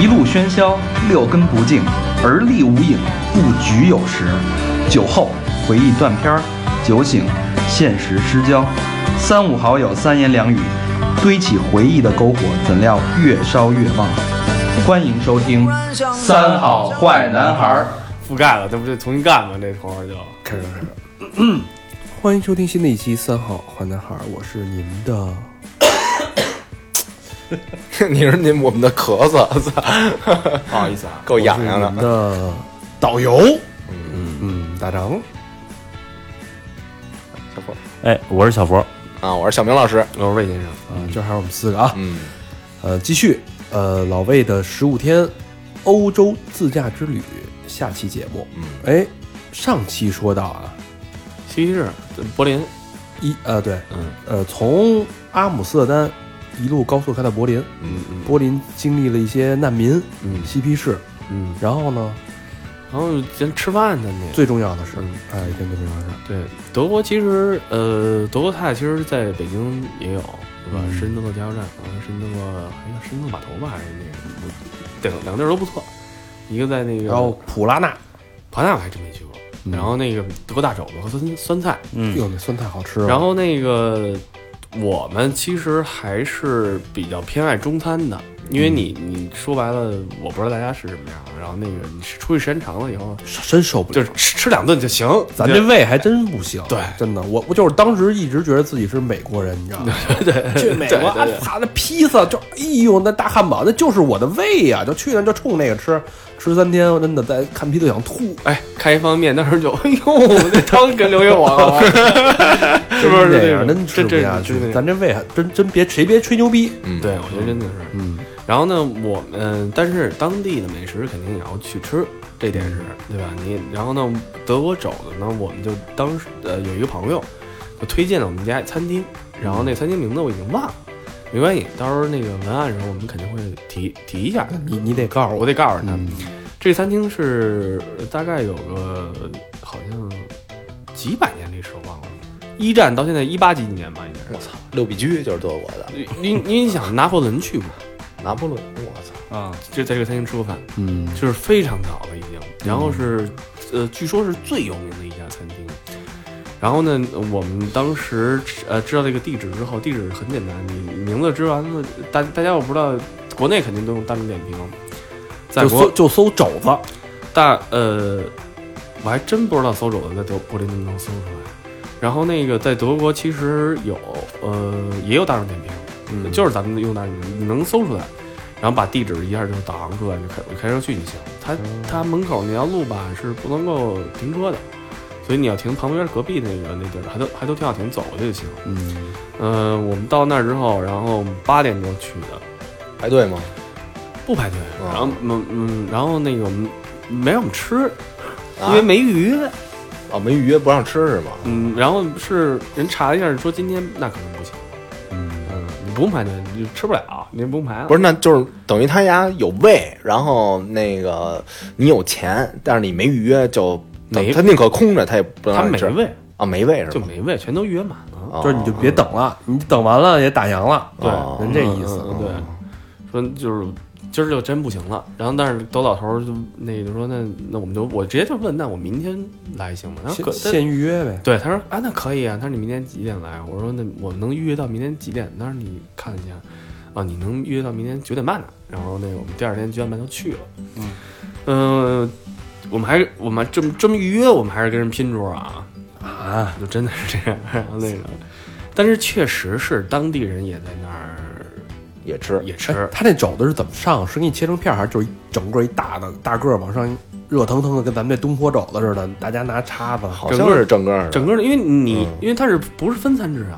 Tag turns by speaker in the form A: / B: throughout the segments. A: 一路喧嚣，六根不净，而立无影，不局有时。酒后回忆断片儿，酒醒现实失焦。三五好友三言两语，堆起回忆的篝火，怎料越烧越旺。欢迎收听《三好坏男孩儿》。
B: 覆盖了，这不就重新干吗？这头儿就
C: 开始开始。欢迎收听新的一期《三好坏男孩》，我是你们的，
D: 你说您我们的咳嗽，我操，
B: 不好意思啊，
D: 够痒痒
C: 我是你们
D: 的。
C: 的
B: 导游
C: 嗯大张，
D: 小佛
E: 哎，我是小佛，
D: 啊，我是小明老师。
B: 我是哦魏先生，
C: 嗯，正好我们四个啊，
D: 嗯，
C: 呃，继续，呃，老魏的十五天欧洲自驾之旅下期节目，
D: 嗯，
C: 哎，上期说到啊，
B: 西西市柏林，
C: 一呃对，
B: 嗯
C: 呃，从阿姆斯特丹一路高速开到柏林，
B: 嗯嗯
C: 柏林经历了一些难民、
B: 嗯
C: 嬉皮士，
B: 嗯，
C: 然后呢，
B: 然后先吃饭去那个。
C: 最重要的是
B: 嗯，
C: 哎，跟这么回事，
B: 对，德国其实呃，德国菜其实在北京也有，对
C: 嗯
B: 吧？深圳的加油站，然后深圳的好像深圳码头吧，还是那个，我对，两地儿都不错。一个在那个，
C: 然后嗯普拉纳，
B: 庞大我还真没去过。然后那个德国大肘子和酸酸菜，
E: 嗯，
C: 哟，那酸菜好吃、哦
B: 然后那个我们其实还是比较偏爱中餐的，因为你你说白了，我不知道大家是什么样，然后那个你出去时间长了以后，
C: 真受不了，
B: 就是吃吃两顿就行。
C: 咱这胃还真不行，
B: 对
C: 真的，我我就是当时一直觉得自己是美国人，你知 道吗？对，去美国，啊操，那披萨就，哎呦，那大汉堡，那就是我的胃呀、就去那就冲那个吃，吃三天，我真的在看披萨想吐，
B: 哎，开一方便面当时就哎呦，那汤给留给我了， 是不是
C: 这
B: 这
C: 样
B: 种
C: 真吃
B: 这
C: 不
B: 这
C: 下去
B: 这，
C: 咱这胃还真真别谁别吹牛逼，
B: 对，我觉得真的是，嗯。然后呢，我们、呃但是当地的美食肯定也要去吃，这点是对吧？你然后呢，德国肘子呢，我们就当时呃有一个朋友就推荐了我们家餐厅，然后那餐厅名字我已经忘了，没关系，到时候那个文案的时候我们肯定会提提一下的。
C: 你你得告诉
B: 我
C: 我，
B: 得告诉他，这餐厅是呃大概有个好像几百年历史，我忘了。一战到现在一八几几年吧，应该
D: 我
B: 是。
D: 操，六必居就是德国的，
B: 因因因为你想拿破仑去过，
D: 拿破仑，我操，
A: 啊，
B: 就在这个餐厅吃过饭，
C: 嗯，
B: 就是非常早了已经。然后是，呃，据说是最有名的一家餐厅。然后呢，我们当时呃知道这个地址之后，地址很简单，你名字知道完了，大大家我不知道，国内肯定都用大众点评，在
C: 就搜
B: 国哦
C: 就搜肘子，
B: 大呃，我还真不知道搜肘子在德柏林能不能搜出来。然后那个在德国其实有呃也有大众点评，
C: 嗯
B: 就是咱们用大众点评能搜出来，然后把地址一下就导航出来，就开开车去就行。它
C: 哦
B: 它门口那条路吧是不能够停车的，所以你要停旁边隔壁那个那地儿，还都还都挺好停，走过去就行。
C: 嗯，
B: 嗯、我们到那儿之后，然后我们八点多去的，
D: 排队吗？
B: 不排队，
D: 哦
B: 然后嗯嗯，然后那个我们没让我们吃，
D: 啊
B: 因为没预约。
D: 啊，没预约不让吃是吗？
B: 嗯，然后是人查了一下，说今天那可能不行。嗯，你不用排队，你就吃不了，你不用排了。
D: 不
B: 是，
D: 是，那就是等于他家有位，然后那个你有钱，但是你没预约就，
B: 没
D: 他宁可空着，他也不能
B: 他
D: 让你
B: 没
D: 吃
B: 位，
D: 啊，没位是
B: 就
D: 吗？
B: 没位，全都预约满了。
D: 哦
C: 就是你就别等了，你等完了也打烊了，
B: 对，
D: 哦
C: 人这意思
B: 嗯嗯嗯对，说就是今儿就真不行了。然后但是都老头儿就那就说那那我们就我直接就问，那我明天来行吗？然后
C: 先
B: 可他
C: 先预约呗，
B: 对，他说啊，那可以啊。他说你明天几点来？我说那我们能预约到明天几点？他说你看一下，啊，你能预约到明天九点半呢。然后那个我们第二天九点半就去了。嗯，呃，我们还我们还这么这么预约，我们还是跟人拼桌啊啊，就真的是这样。然后那个，但是确实是当地人也在那儿
D: 也吃，
B: 也
C: 哎
B: 吃，
C: 他那肘子是怎么上？是给你切成片儿，还是就是一整个一大的大个儿往上热腾腾的，跟咱们这东坡肘子似的？大家拿叉子，
D: 好像是正个
B: 整
D: 个
B: 个的，因为你、
D: 嗯
B: 因为它是不是分餐制啊？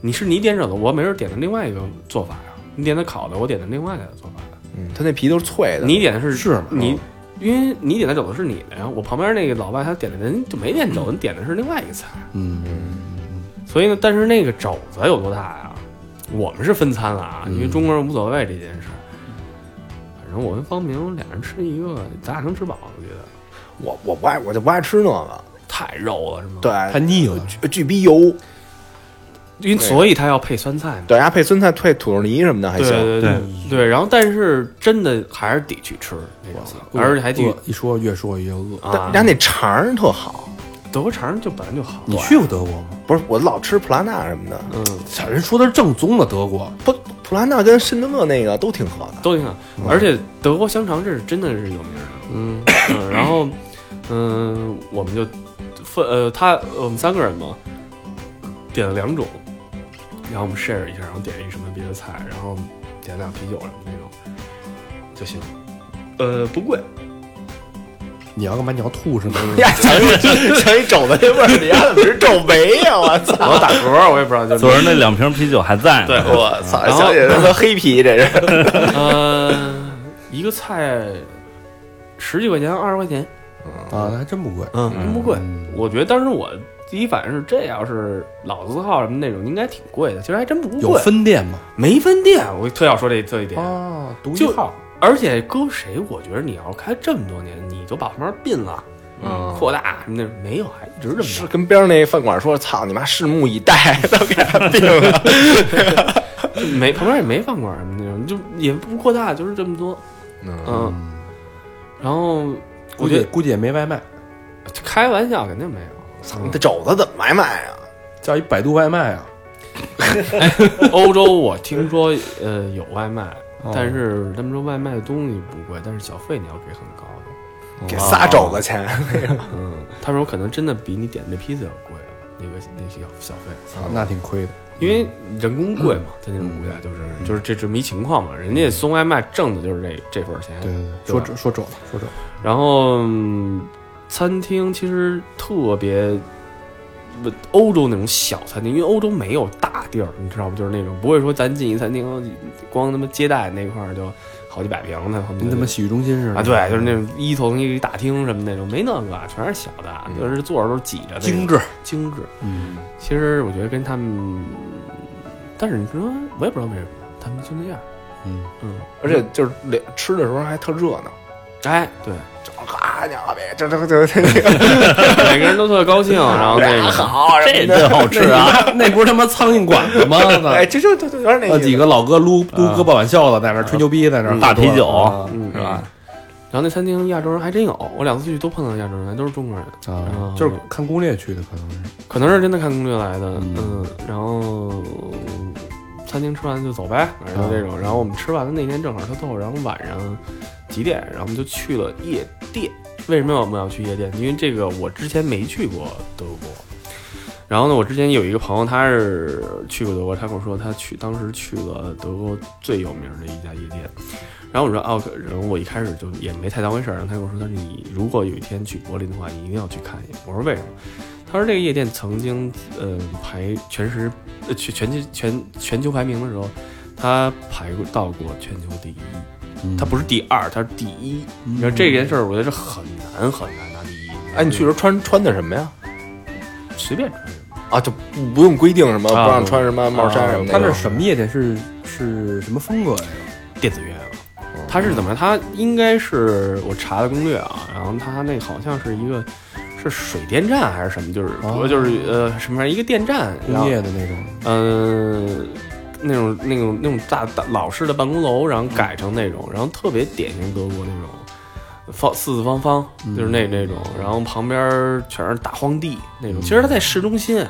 B: 你是你点肘子，我没人点的另外一个做法呀、你点的烤的，我点的另外一个做法。
D: 嗯，他那皮都是脆的。
B: 你点的是
C: 是吗
B: 你，因为你点的肘子是你的呀，我旁边那个老外他点的人就没点肘子，点的是另外一个菜，
C: 嗯，
B: 所以呢，但是那个肘子有多大呀？我们是分餐了啊，因为中国人无所谓这件事儿。反正我跟方明俩人吃一个，咱俩能吃饱，我觉得
D: 我我不爱，我就不爱吃那个，呃
B: 太肉了，是吗？
D: 对，
C: 太腻了。
D: 巨巨逼油，
B: 因为所以它要配酸菜嘛。
D: 对，然后配酸菜、配土豆泥什么的还
B: 对
D: 行。
B: 对对对，然后但是真的还是得去吃那种，而且还得
C: 饿一说越说越饿。
B: 啊
D: 但，然后那肠儿特好，
B: 德国肠就本来就好，
C: 你去过德国吗？
D: 不是我老吃普拉纳什么的，
B: 嗯，
C: 人说的是正宗的德国，
D: 不，普拉纳跟圣德勒那个都挺合的。
B: 都挺好。而且德国香肠这是真的是有名的，嗯，嗯然后嗯，我们就分呃，他我们三个人嘛，点了两种，然后我们 share 一下，然后点一什么别的菜，然后点俩啤酒什么那种就行，呃，不贵，
C: 你要干嘛？你要吐 是吗？
D: 呀，想起想起肘子那味儿，你丫怎么是皱眉呀？我 操！
B: 我打嗝，我也不知道，就是
E: 昨儿那两瓶啤酒还在呢。
B: 对
D: 我操！
B: 然后
D: 想起他妈黑啤，这 是
B: 呃，一个菜十几块钱，二十块钱，
C: 啊，还真不贵。
B: 嗯，真不贵
C: 嗯。
B: 我觉得当时我第一反应是，这要是老字号什么那种，应该挺贵的。其实还真不
C: 有
B: 贵，
C: 分店吗？
B: 没分店，我特要说这这一点。
C: 啊，独一
B: 就
C: 号。
B: 而且搁谁，我觉得你要开这么多年，你就把旁边并了，嗯，扩大什么的，没有，还一直这么
D: 是
B: 着
D: 跟边上那饭馆说：“操你妈，拭目以待。”都给他定了。
B: 就没旁边也没饭馆什么那种，就也不扩大，就是这么多，
D: 嗯，
B: 嗯。然后我
C: 估
B: 觉
C: 计
B: 得
C: 估计也没外卖，
B: 开玩笑肯定没有。
D: 操，你的肘子怎么还卖啊？
C: 叫一百度外卖啊。
B: 欧洲我听说呃有外卖，但是他们说外卖的东西不贵，但是小费你要给很高的。
D: 给仨肘子钱，
B: 嗯，他说可能真的比你点的披萨要贵了，那个那个小小费，
C: 啊，那挺亏的。
B: 因为人工贵嘛，在那种国家就是就是这这么一情况嘛，人家送外卖挣的就是这这份儿钱。
C: 对对对，
B: 对
C: 说
B: 吧
C: 准说准了，说准了。
B: 然后、嗯餐厅其实特别，不欧洲那种小餐厅，因为欧洲没有大地儿，你知道吗？就是那种不会说咱进一餐厅，光他妈接待那块儿就好几百平呢，后面
C: 跟他妈洗浴中心似的
B: 啊，对，就是那种一层一个大厅什么那种，没那个，全是小的，就是坐着都是挤着，
C: 精，致。
B: 精致。
C: 嗯，
B: 其实我觉得跟他们，但是你说我也不知道为什么，他们就那样。
C: 嗯
B: 嗯，
D: 而且就是连吃的时候还特热闹。
B: 哎，对，
D: 这好家伙，这这这这这
B: 每个人都特高兴，然后那
D: 这
B: 个
D: 好，
E: 这真好吃啊！
C: 那不是他妈苍蝇馆子吗？
D: 哎，这就就就有点那
C: 那几
D: 个
C: 个老哥撸撸胳膊挽袖子，在那儿吹牛逼，在那儿
E: 大啤酒
C: 啊
B: 嗯
E: 是吧？
B: 然后那餐厅亚洲人还真有，我两次去都碰到亚洲人，都是中国人，
C: 啊，就是看攻略去的，可能是。
B: 可能是真的看攻略来的。
C: 嗯
B: 嗯，然后餐厅吃完就走呗，反正就这种。然后我们吃完了那天正好特逗，然后晚上几点，然后我们就去了夜店。为什么我们要去夜店？因为这个我之前没去过德国。然后呢，我之前有一个朋友，他是去过德国，他跟我说他去当时去了德国最有名的一家夜店。然后我说哦，可然后我一开始就也没太当回事儿。然后他跟我说，他说你如果有一天去柏林的话，你一定要去看一眼。我说为什么？他说这个夜店曾经呃排全时呃全全球全全球排名的时候，他排过到过全球第一，
D: 嗯
B: 他不是第二，他是第一。你知道这件事儿，我觉得是很难很难拿第一。
D: 哎，你去的时候穿穿的什么呀？
B: 随便穿什么，
D: 啊，就不不用规定什么，不
B: 啊
D: 让穿什么帽衫什么的。
C: 他那什么夜店是是什么风格呀？
B: 电子乐啊。他是怎么？他应该是我查的攻略啊，然后他那好像是一个是水电站还是什么，就是、
C: 哦
B: 就是呃什么一个电站，然
C: 工
B: 后
C: 业的那种。
B: 嗯，那种那种那种大大老式的办公楼，然后改成那种，然后特别典型德国那种方四四方方，
C: 嗯
B: 就是那那种，然后旁边儿全是大荒地那
C: 嗯
B: 种。其实它在市中心，
C: 啊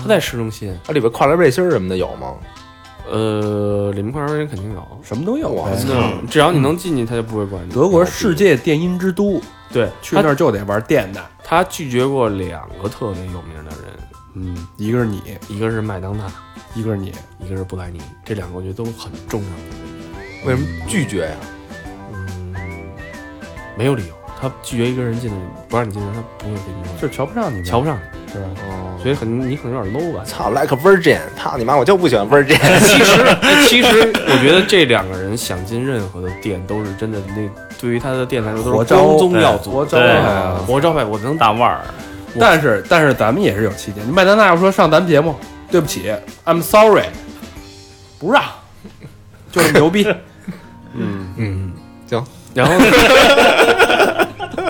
B: 它在市中心，
D: 它里边跨栏背心儿什么的有吗？
B: 呃，里面块儿人肯定有。
C: 什么都有
D: 哇
C: 呗。
B: 嗯，只要你能进去，他就不会管你。
C: 德国世界电音之都，
B: 对，
C: 去
B: 他
C: 那儿就得玩电的。
B: 他拒绝过两个特别有名的人，
C: 嗯，一个是你，
B: 一个是麦当娜，
C: 一个是你，
B: 一个是布莱尼，这两个我觉得都很重要的人。
D: 为什么拒绝呀？
B: 嗯，没有理由，他拒绝一个人进来，不让你进来，他不会给你留
C: 就是瞧不上你们，
B: 瞧不上
C: 是吧？
D: 哦
B: 你，所以可能你可能有点 low 吧。
D: 操，like a virgin，操你妈，我就不喜欢 virgin。
B: 其实，哎其实我觉得这两个人想进任何的店，都是真的那对于他的店来说都
C: 活
B: 是
C: 招
B: 光宗耀祖，
C: 活招
E: 牌
C: 啊
B: 活招牌，我能打
E: 大腕儿，
C: 但是但是咱们也是有期间，麦当娜要说上咱们节目，对不起，I'm sorry，不让， 就是牛逼。
B: 嗯。
D: 行，
B: 然后，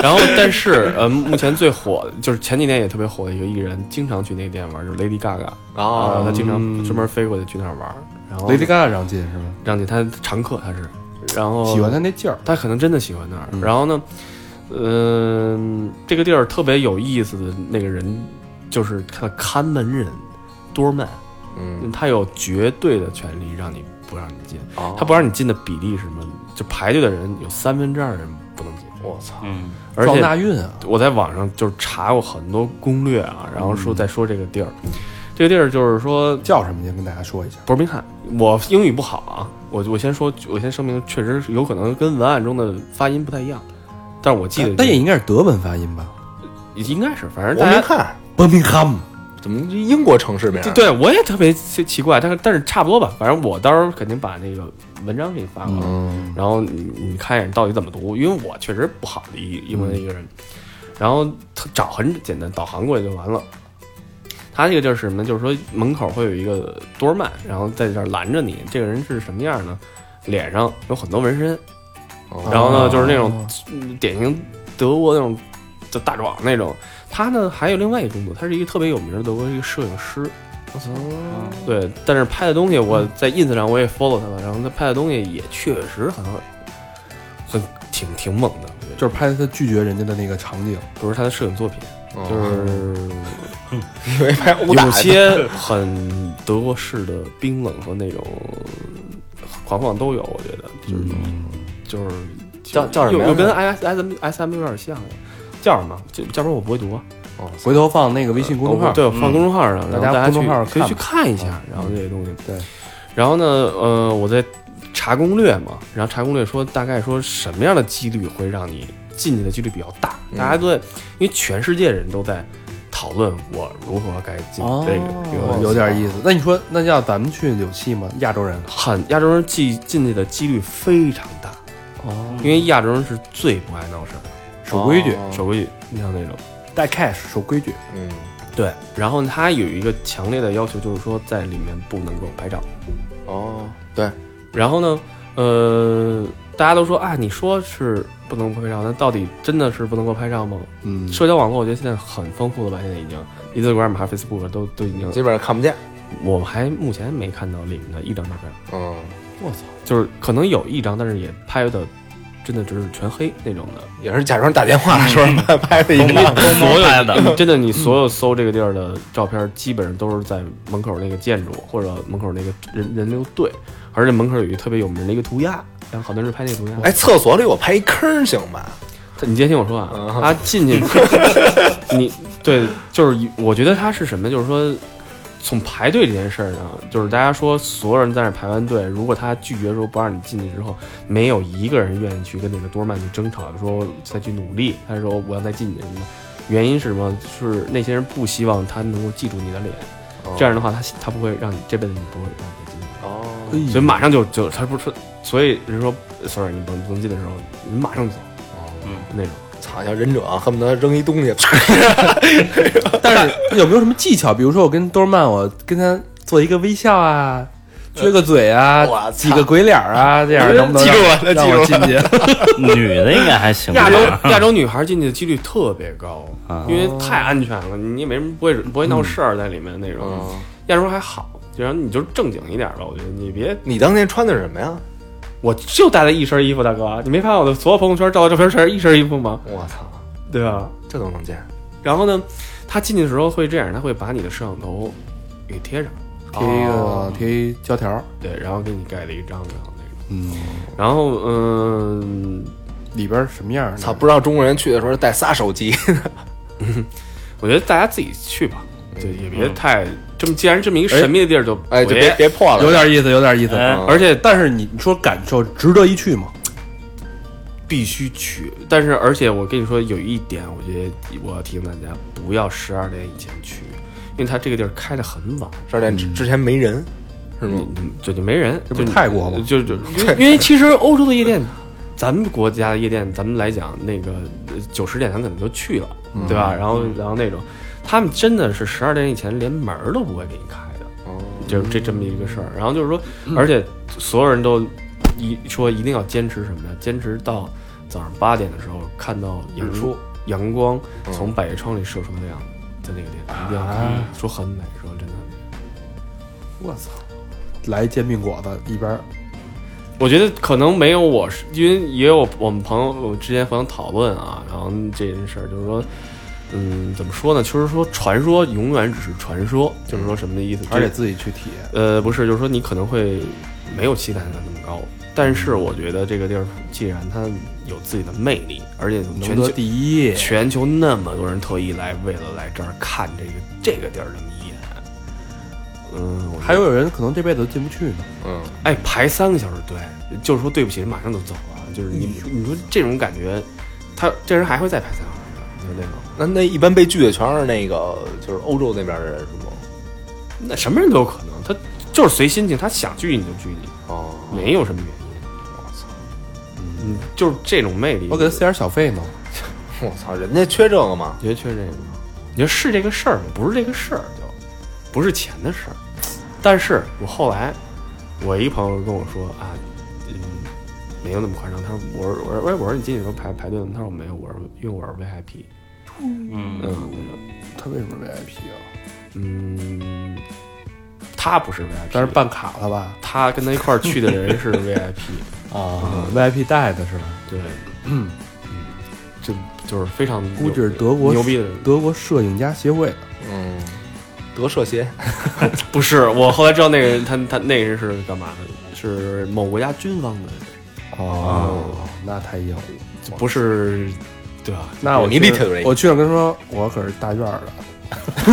B: 然后，但是呃，目前最火就是前几年也特别火的一个艺人，经常去那个店玩，就是 Lady Gaga 啊，
D: 啊
B: 她经常专门飞过去去那儿玩。然后
C: 哦嗯 Lady Gaga 让进是吗？
B: 让进她常客，她是，然后
C: 喜欢他那劲儿，
B: 他可能真的喜欢那儿。然后呢，嗯、这个地儿特别有意思的那个人，就是他的看门人，doorman，
D: 嗯，
B: 他有绝对的权利让你不让你进。
D: 哦
B: 他不让你进的比例是什么？就排队的人有三分之二的人不能进，
D: 我操，
E: 嗯，
B: 而
C: 撞
B: 且
C: 大运啊！
B: 我在网上就是查过很多攻略啊，然后
D: 嗯
B: 说在说这个地儿，这个地儿就是说
C: 叫什么？先跟大家说一下。
B: 伯明翰，我英语不好啊，我我先说，我先声明，确实是有可能跟文案中的发音不太一样，但是我记得
C: 但也应该是德文发音吧？
B: 应该是，反正
D: 我
B: 大
D: 没
B: 家
D: 看，啊
C: 伯明翰姆
D: 怎么英国城市名儿？
B: 对我也特别奇奇怪，但是但是差不多吧，反正我到时候肯定把那个文章给你发过来，
D: 嗯，
B: 然后你你看一眼到底怎么读，因为我确实不好的一英文的一个人，然后他找很简单，导航过去就完了。他这个地儿是什么呢？就是说门口会有一个多尔曼，然后在这儿拦着你。这个人是什么样呢？脸上有很多纹身，
D: 哦
B: 然后呢就是那种嗯典型德国那种嗯就大壮那种。他呢还有另外一个工作，他是一个特别有名的德国一个摄影师。
C: 哦
B: 对，但是拍的东西我在 ins 上我也 follow 他了，然后他拍的东西也确实很好很挺挺猛的，我觉得
C: 就是拍他拒绝人家的那个场景，
B: 不是他的摄影作品，就
D: 哦
B: 是
D: 以为拍殴打呢
B: 有些 很德国式的冰冷和那种狂放都有，我觉得就是、就是
D: 叫叫什么
B: 又
D: 呀
B: 又跟 S S M S M 有点像，叫什么？就叫什么？我不会读啊。
C: 回头放那个微信公众号。
B: 哦
C: 嗯
B: 对，放公众号上，然后
C: 大家
B: 家
C: 公众号
B: 去可以去
C: 看吧嗯
B: 看一下，然后这些东西。
C: 对，
B: 然后呢，呃，我在查攻略嘛，然后查攻略说大概说什么样的几率会让你进去的几率比较大，
C: 嗯
B: 大家都在，因为全世界人都在讨论我如何该进这个游戏，
C: 哦有点意思。那你说，那要咱们去有戏吗？亚洲人
B: 很亚洲人进进去的几率非常大，
C: 哦，
B: 因为亚洲人是最不爱闹事儿的，
C: 守规矩，
D: 哦
B: 守规矩，你像那种。
C: 带 cash，守规矩。
D: 嗯，
B: 对，然后他有一个强烈的要求，就是说在里面不能够拍照。
D: 哦，对，
B: 然后呢，呃，大家都说啊，你说是不能够拍照，那到底真的是不能够拍照吗？
C: 嗯，
B: 社交网络我觉得现在很丰富了吧，现在已经 Instagram 还是 Facebook 都都已
D: 基
B: 经，
D: 本上看不见。
B: 我还目前没看到里面的一张照片，
D: 嗯，
C: 我操，
B: 就是可能有一张，但是也拍的真的就是全黑那种的。
D: 也是假装打电话的时候拍拍的一张。
E: 所有的
B: 真的，你所有搜这个地儿的照片，基本上都是在门口那个建筑或者门口那个人人流队，而且门口有一个特别有名的一个涂鸦，然后好多人是拍那个涂鸦。
D: 哎，，厕所里我拍一坑行吗？
B: 你先听我说啊，
D: 嗯
B: 他进去，你对，就是一我觉得他是什么，就是说。从排队这件事儿呢，就是大家说所有人在那儿排完队，如果他拒绝说不让你进去之后，没有一个人愿意去跟那个多尔曼去争吵，说再去努力。他说我要再进去什么，原因是什么？是那些人不希望他能够记住你的脸，这样的话他他不会让你这辈子你不会让你再进去。
D: 哦，
C: 所
B: 所以马上就就他不是，所以人说呃 sorry 你不能不能进的时候，你马上走，嗯，那种。
D: 操，要忍者恨不得扔一东西，
C: 但是 有没有什么技巧？比如说我跟多尔曼，我跟他做一个微笑啊，撅个嘴啊
D: 我操，
C: 挤个鬼脸儿啊，这样能不 能
D: 记住了
C: 让
D: 记住
C: 让
D: 了
C: 我进去？
E: 女的应该还行吧。
B: 亚洲亚洲女孩进去的几率特别高
E: 啊，
B: 因为太安全了，你也没什么不会不会闹事儿在里面那种。
D: 嗯，
B: 亚洲人还好，然后你就正经一点吧，我觉得你别，
D: 你当天穿的是什么呀？
B: 我就带了一身衣服，大哥，啊你没看我的所有朋友圈照的照片全是一身衣服吗？
D: 我操，
B: 对吧？
D: 这都能见？
B: 然后呢，他进去的时候会这样，他会把你的摄像头给贴上，
C: 贴一
D: 哦
C: 个贴一胶条，
B: 对，然后给你盖了一张，然后那个，
C: 嗯，
B: 然后嗯。
C: 里边什么样儿？
D: 操，不知道中国人去的时候带仨手 机，
B: 我觉得大家自己去吧，对，也别太这么，既然这么一个神秘的地儿就，
D: 哎，就别别破了。
C: 有点意思，有点意思。
E: 哎
C: 而且，但是你你说感受值得一去吗？
B: 必须去。但是，而且我跟你说，有一点，我觉得我要提醒大家，不要十二点以前去，因为它这个地儿开的很晚，
D: 十二点之之前没人，是吗？
B: 嗯，就就没人。
C: 这不
B: 就
C: 泰国吗
B: 就 就因为因为其实欧洲的夜店，咱们国家的夜店，咱们来讲，那个九十点咱可能就去了，
C: 嗯
B: 对吧？然后然后那种，他们真的是十二点以前连门儿都不会给你开的。
D: 哦，
B: 就是这这么一个事儿。然后就是说，而且所有人都一说一定要坚持什么呀？坚持到早上八点的时候看到日出，阳光
C: 嗯
B: 从百叶窗里射出那样，在那个地方一定要
C: 啊
B: 看，说很美，说真的。
C: 我操！来煎饼果子一边儿
B: 我觉得可能没有我是，因为也有我们朋友我们之间朋友讨论啊，然后这件事儿就是说，嗯，怎么说呢？就是说，传说永远只是传说，就是说什么的意思？
C: 而且
B: 这
C: 自己去体验。
B: 呃，不是，就是说你可能会没有期待的那么高，但是我觉得这个地儿既然它有自己的魅力，而且
C: 能
B: 全球
C: 得第一，
B: 全球那么多人特意来为了来这儿看这个这个地儿这么一眼，嗯，我觉得
C: 还有人可能这辈子都进不去呢。
D: 嗯，
B: 哎，排三个小时队，就是说对不起，马上就走了，就是你
C: 嗯
B: 你说这种感觉，他这人还会再排三个小时，就是那种，
D: 那那一般被拒的全是那个就是欧洲那边的人是吗？
B: 那什么人都有可能，他就是随心情，他想拒你就拒你，
D: 哦，
B: 没有什么原因。我操，嗯，就是这种魅力，
C: 我给他塞点小费呢。
D: 我操，人家缺这个吗？
B: 你觉得缺这个吗？你觉得是这个事儿吗？不是这个事儿，就不是钱的事儿。但是我后来，我一朋友跟我说啊，嗯，没有那么夸张。他说我说我说哎喂我说你进去的时候排排队了吗？他说我没有，我说因为我是 VIP。
A: 嗯，
B: 嗯，
C: 他为什么 VIP 啊？
B: 嗯，他不是 VIP，
C: 但是办卡了吧？
B: 他跟他一块儿去的人是 VIP，
C: 啊，VIP 带的是吧？
B: 嗯对，嗯，这就是非常
C: 估计是德国
B: 牛逼的人。
C: 德国摄影家协会的。
D: 嗯，德射 协，
B: 不是，我后来知道那个人，他他那个人是干嘛的？是某国家军方的，啊
C: 哦，那太硬了。
B: 不是，对啊吧？
C: 那我
D: 你
C: 去
D: 立特瑞
C: 我去了跟他说，我可是大院儿的，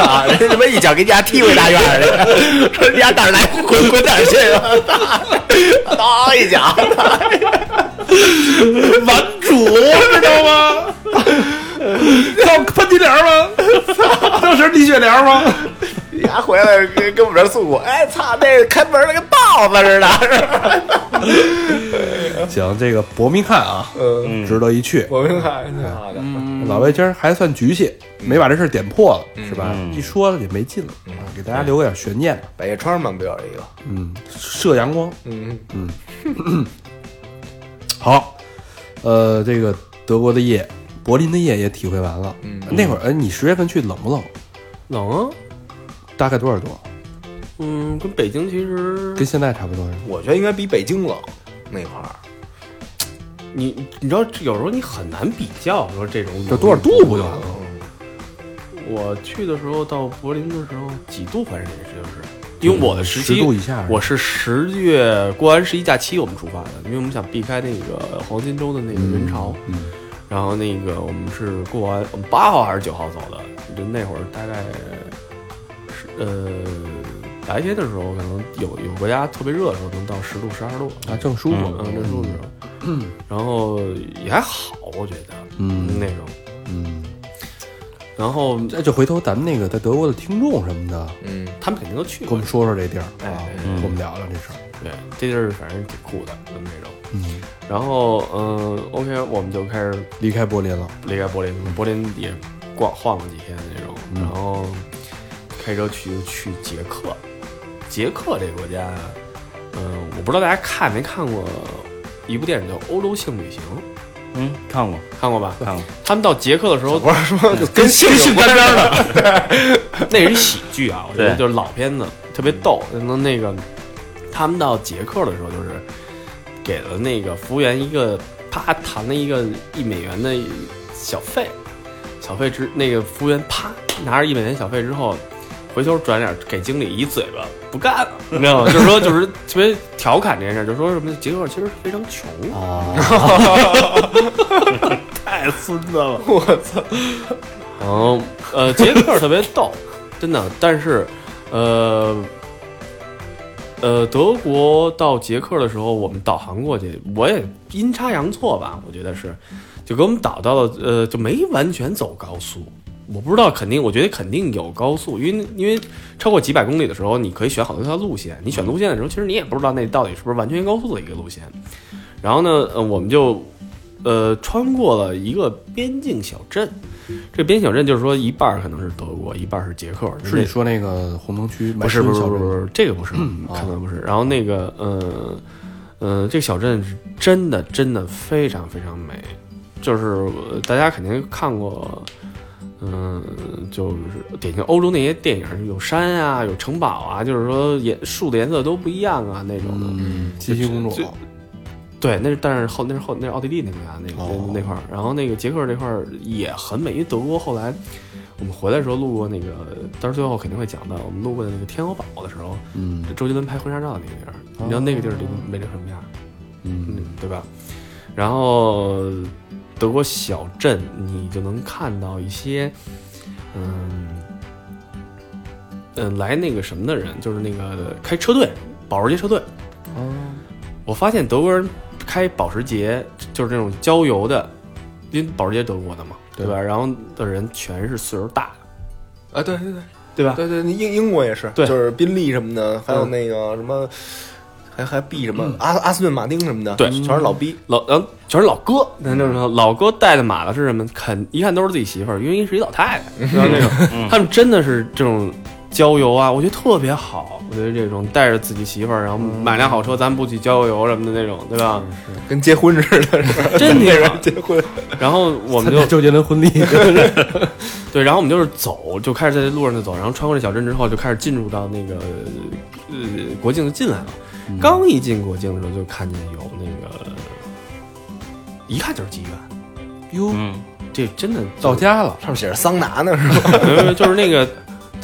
D: 啊，人家他妈一脚给你家踢回大院儿 去，说你家哪儿来 滚滚哪儿去吧，当一脚，
C: 玩主知道吗？要喷地帘 吗？要是地血帘吗？
D: 你家回来跟跟我们这儿诉苦，哎操，那开门那跟豹子似的，
C: 行，这个博密看啊，
D: 嗯
C: 值得一去。
D: 我明白，挺好的，
C: 老魏今儿还算局气，没把这事儿点破
B: 嗯
C: 了，是吧？一说也没劲了啊，给大家留个点悬念吧。
B: 嗯
D: 百叶窗嘛，不有一个，
C: 嗯，射阳光，
D: 嗯，
C: 好，呃，这个德国的夜，柏林的夜也体会完了。
D: 嗯
C: 那会儿，哎，你十月份去冷不冷？
B: 冷啊，
C: 大概多少度？啊
B: 嗯，跟北京其实
C: 跟现在差不多是吗？
D: 我觉得应该比北京冷那块儿，
B: 你你知道，有时候你很难比较，说这种
C: 就多少度不就完了？
B: 我去的时候到柏林的时候几度，反正也是就是，因为我的时期
C: 10度以下是吧
B: 我是十月过完十一假期我们出发的，因为我们想避开那个黄金周的那个人潮，嗯，然后那个我们是过完我们八号还是九号走的，就那会儿大概是呃白天的时候可能有有国家特别热的时候能到十度十二度，
C: 啊，正舒服。
B: 嗯，这数字，然后也还好，我觉得，
C: 嗯
B: 那种，
C: 嗯，
B: 然后
C: 这就回头咱们那个在德国的听众什么的，
D: 嗯，
B: 他们肯定都去
C: 跟
B: 过
C: 我们，说说这地儿
B: 哎
C: 啊
B: 哎，
C: 跟我们聊聊这事儿。
B: 对，这地儿反正挺酷的，那么这种。
C: 嗯，
B: 然后，嗯、o k 我们就开始
C: 离开柏林了，
B: 离开柏林，柏林也逛晃了几天那种，
E: 嗯
B: 然后开车去去捷克，捷克这个国家，嗯、我不知道大家看没看过一部电影叫《欧洲性旅行
E: 嗯，看过》，
B: 看过吧？
E: 看过，
B: 他们到捷克的时候，嗯
D: 不是说就跟性
B: 性沾边的，那是一喜剧啊，我觉得
E: 对
B: 就是老片子，特别逗。那那个他们到捷克的时候，就是给了那个服务员一个啪弹了一个一美元的小费，小费之那个服务员啪拿着一美元小费之后，回头转脸给经理一嘴巴，不干了，你知道吗？就是说就是特别调侃这件事儿，就说什么捷克其实非常穷啊， 太孙子了，我操！然后呃，捷克特别逗，真的，但是呃。呃，德国到捷克的时候，我们导航过去，我也阴差阳错吧，我觉得是，就给我们导到了，呃，就没完全走高速。我不知道，肯定，我觉得肯定有高速，因为因为超过几百公里的时候，你可以选好多条路线。你选路线的时候，其实你也不知道那到底是不是完全高速的一个路线。然后呢，呃，我们就呃穿过了一个边境小镇，这边境小镇就是说一半儿可能是德国，一半儿是捷克，
C: 是你说那个红灯区买
B: 不是
C: 春
B: 不是
C: 小
B: 不是啊不是
C: 镇嗯
B: 这个不是，可能不是。然后那个呃呃，这个小镇是真的真的非常非常美，就是呃大家肯定看过，嗯、就是典型欧洲那些电影，有山啊，有城堡啊，就是说颜树的颜色都不一样啊那种的。
C: 嗯，七夕公
B: 就
C: 主，
B: 对，那是但是后那是后那是奥地利那边啊，那个、
C: 哦
B: 那那块儿，然后那个捷克这块儿也很美，因为德国后来我们回来的时候路过那个，但是最后肯定会讲到，我们路过的那个天鹅堡的时候，
C: 嗯
B: 周杰伦拍婚纱照的那个地儿，你知道那个地儿里美成什么样儿？嗯
C: 嗯，，
B: 对吧？然后德国小镇，你就能看到一些，嗯，嗯，来那个什么的人，就是那个开车队，保时捷车队。我发现德国人开保时捷，就是那种郊游的，因为保时捷德国的嘛，对吧？然后的人全是岁数大的，
F: 啊，对对对
B: 对吧？
F: 对对，嗯那英英国也是，
B: 对
F: 就是宾利什么的，还有那个什么，还还 B 什么阿阿斯顿马丁什么的，
B: 对
F: 全是老逼。
B: 老然后全是老哥，那就是说老哥带的马的是什么？肯一看都是自己媳妇儿，因为是一老太太，知道那种，他们真的是这种郊游啊，我觉得特别好。我觉得这种带着自己媳妇儿，然后买辆好车，咱不去郊游什么的那种，对吧？
F: 跟结婚似的，是吧
B: 真
F: 嗯那
B: 挺好
F: 人。结婚，
B: 然后我们
C: 参
B: 就
C: 加周杰伦婚礼，
B: 对，然后我们就是走，就开始在这路上就走，然后穿过这小镇之后，就开始进入到那个呃国境就进来了。刚一进国境的时候，就看见有那个，一看就是妓院，
C: 哟，
E: 嗯，
B: 这真的就是
C: 到家了，
F: 上面写着桑拿呢，是吧？
B: 没有没有，就是那个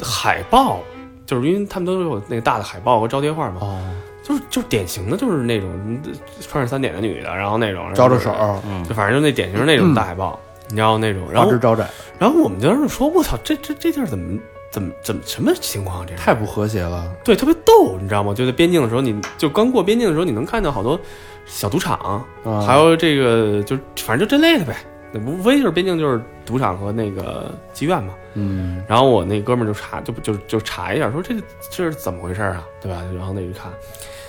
B: 海报，就是因为他们都有那个大的海报和招贴画嘛，
C: 哦，
B: 就是就是典型的，就是那种嗯穿着三点的女的，然后那种
C: 招着手，，嗯
B: 就反正就那典型那种大海报，你知道那种，然
C: 花
B: 后
C: 枝招展，
B: 然后我们就是说，我操，这这这地儿怎么怎么怎么什么情况啊？这是
C: 太不和谐了，
B: 对，特别逗，你知道吗？就在边境的时候，你就刚过边境的时候，你能看到好多小赌场，
C: 啊
B: 还有这个就反正就这类的呗，那无非就是边境就是赌场和那个妓院嘛。
C: 嗯，
B: 然后我那哥们儿就查，就就就查一下，说这这是怎么回事儿啊，对吧？然后那一看，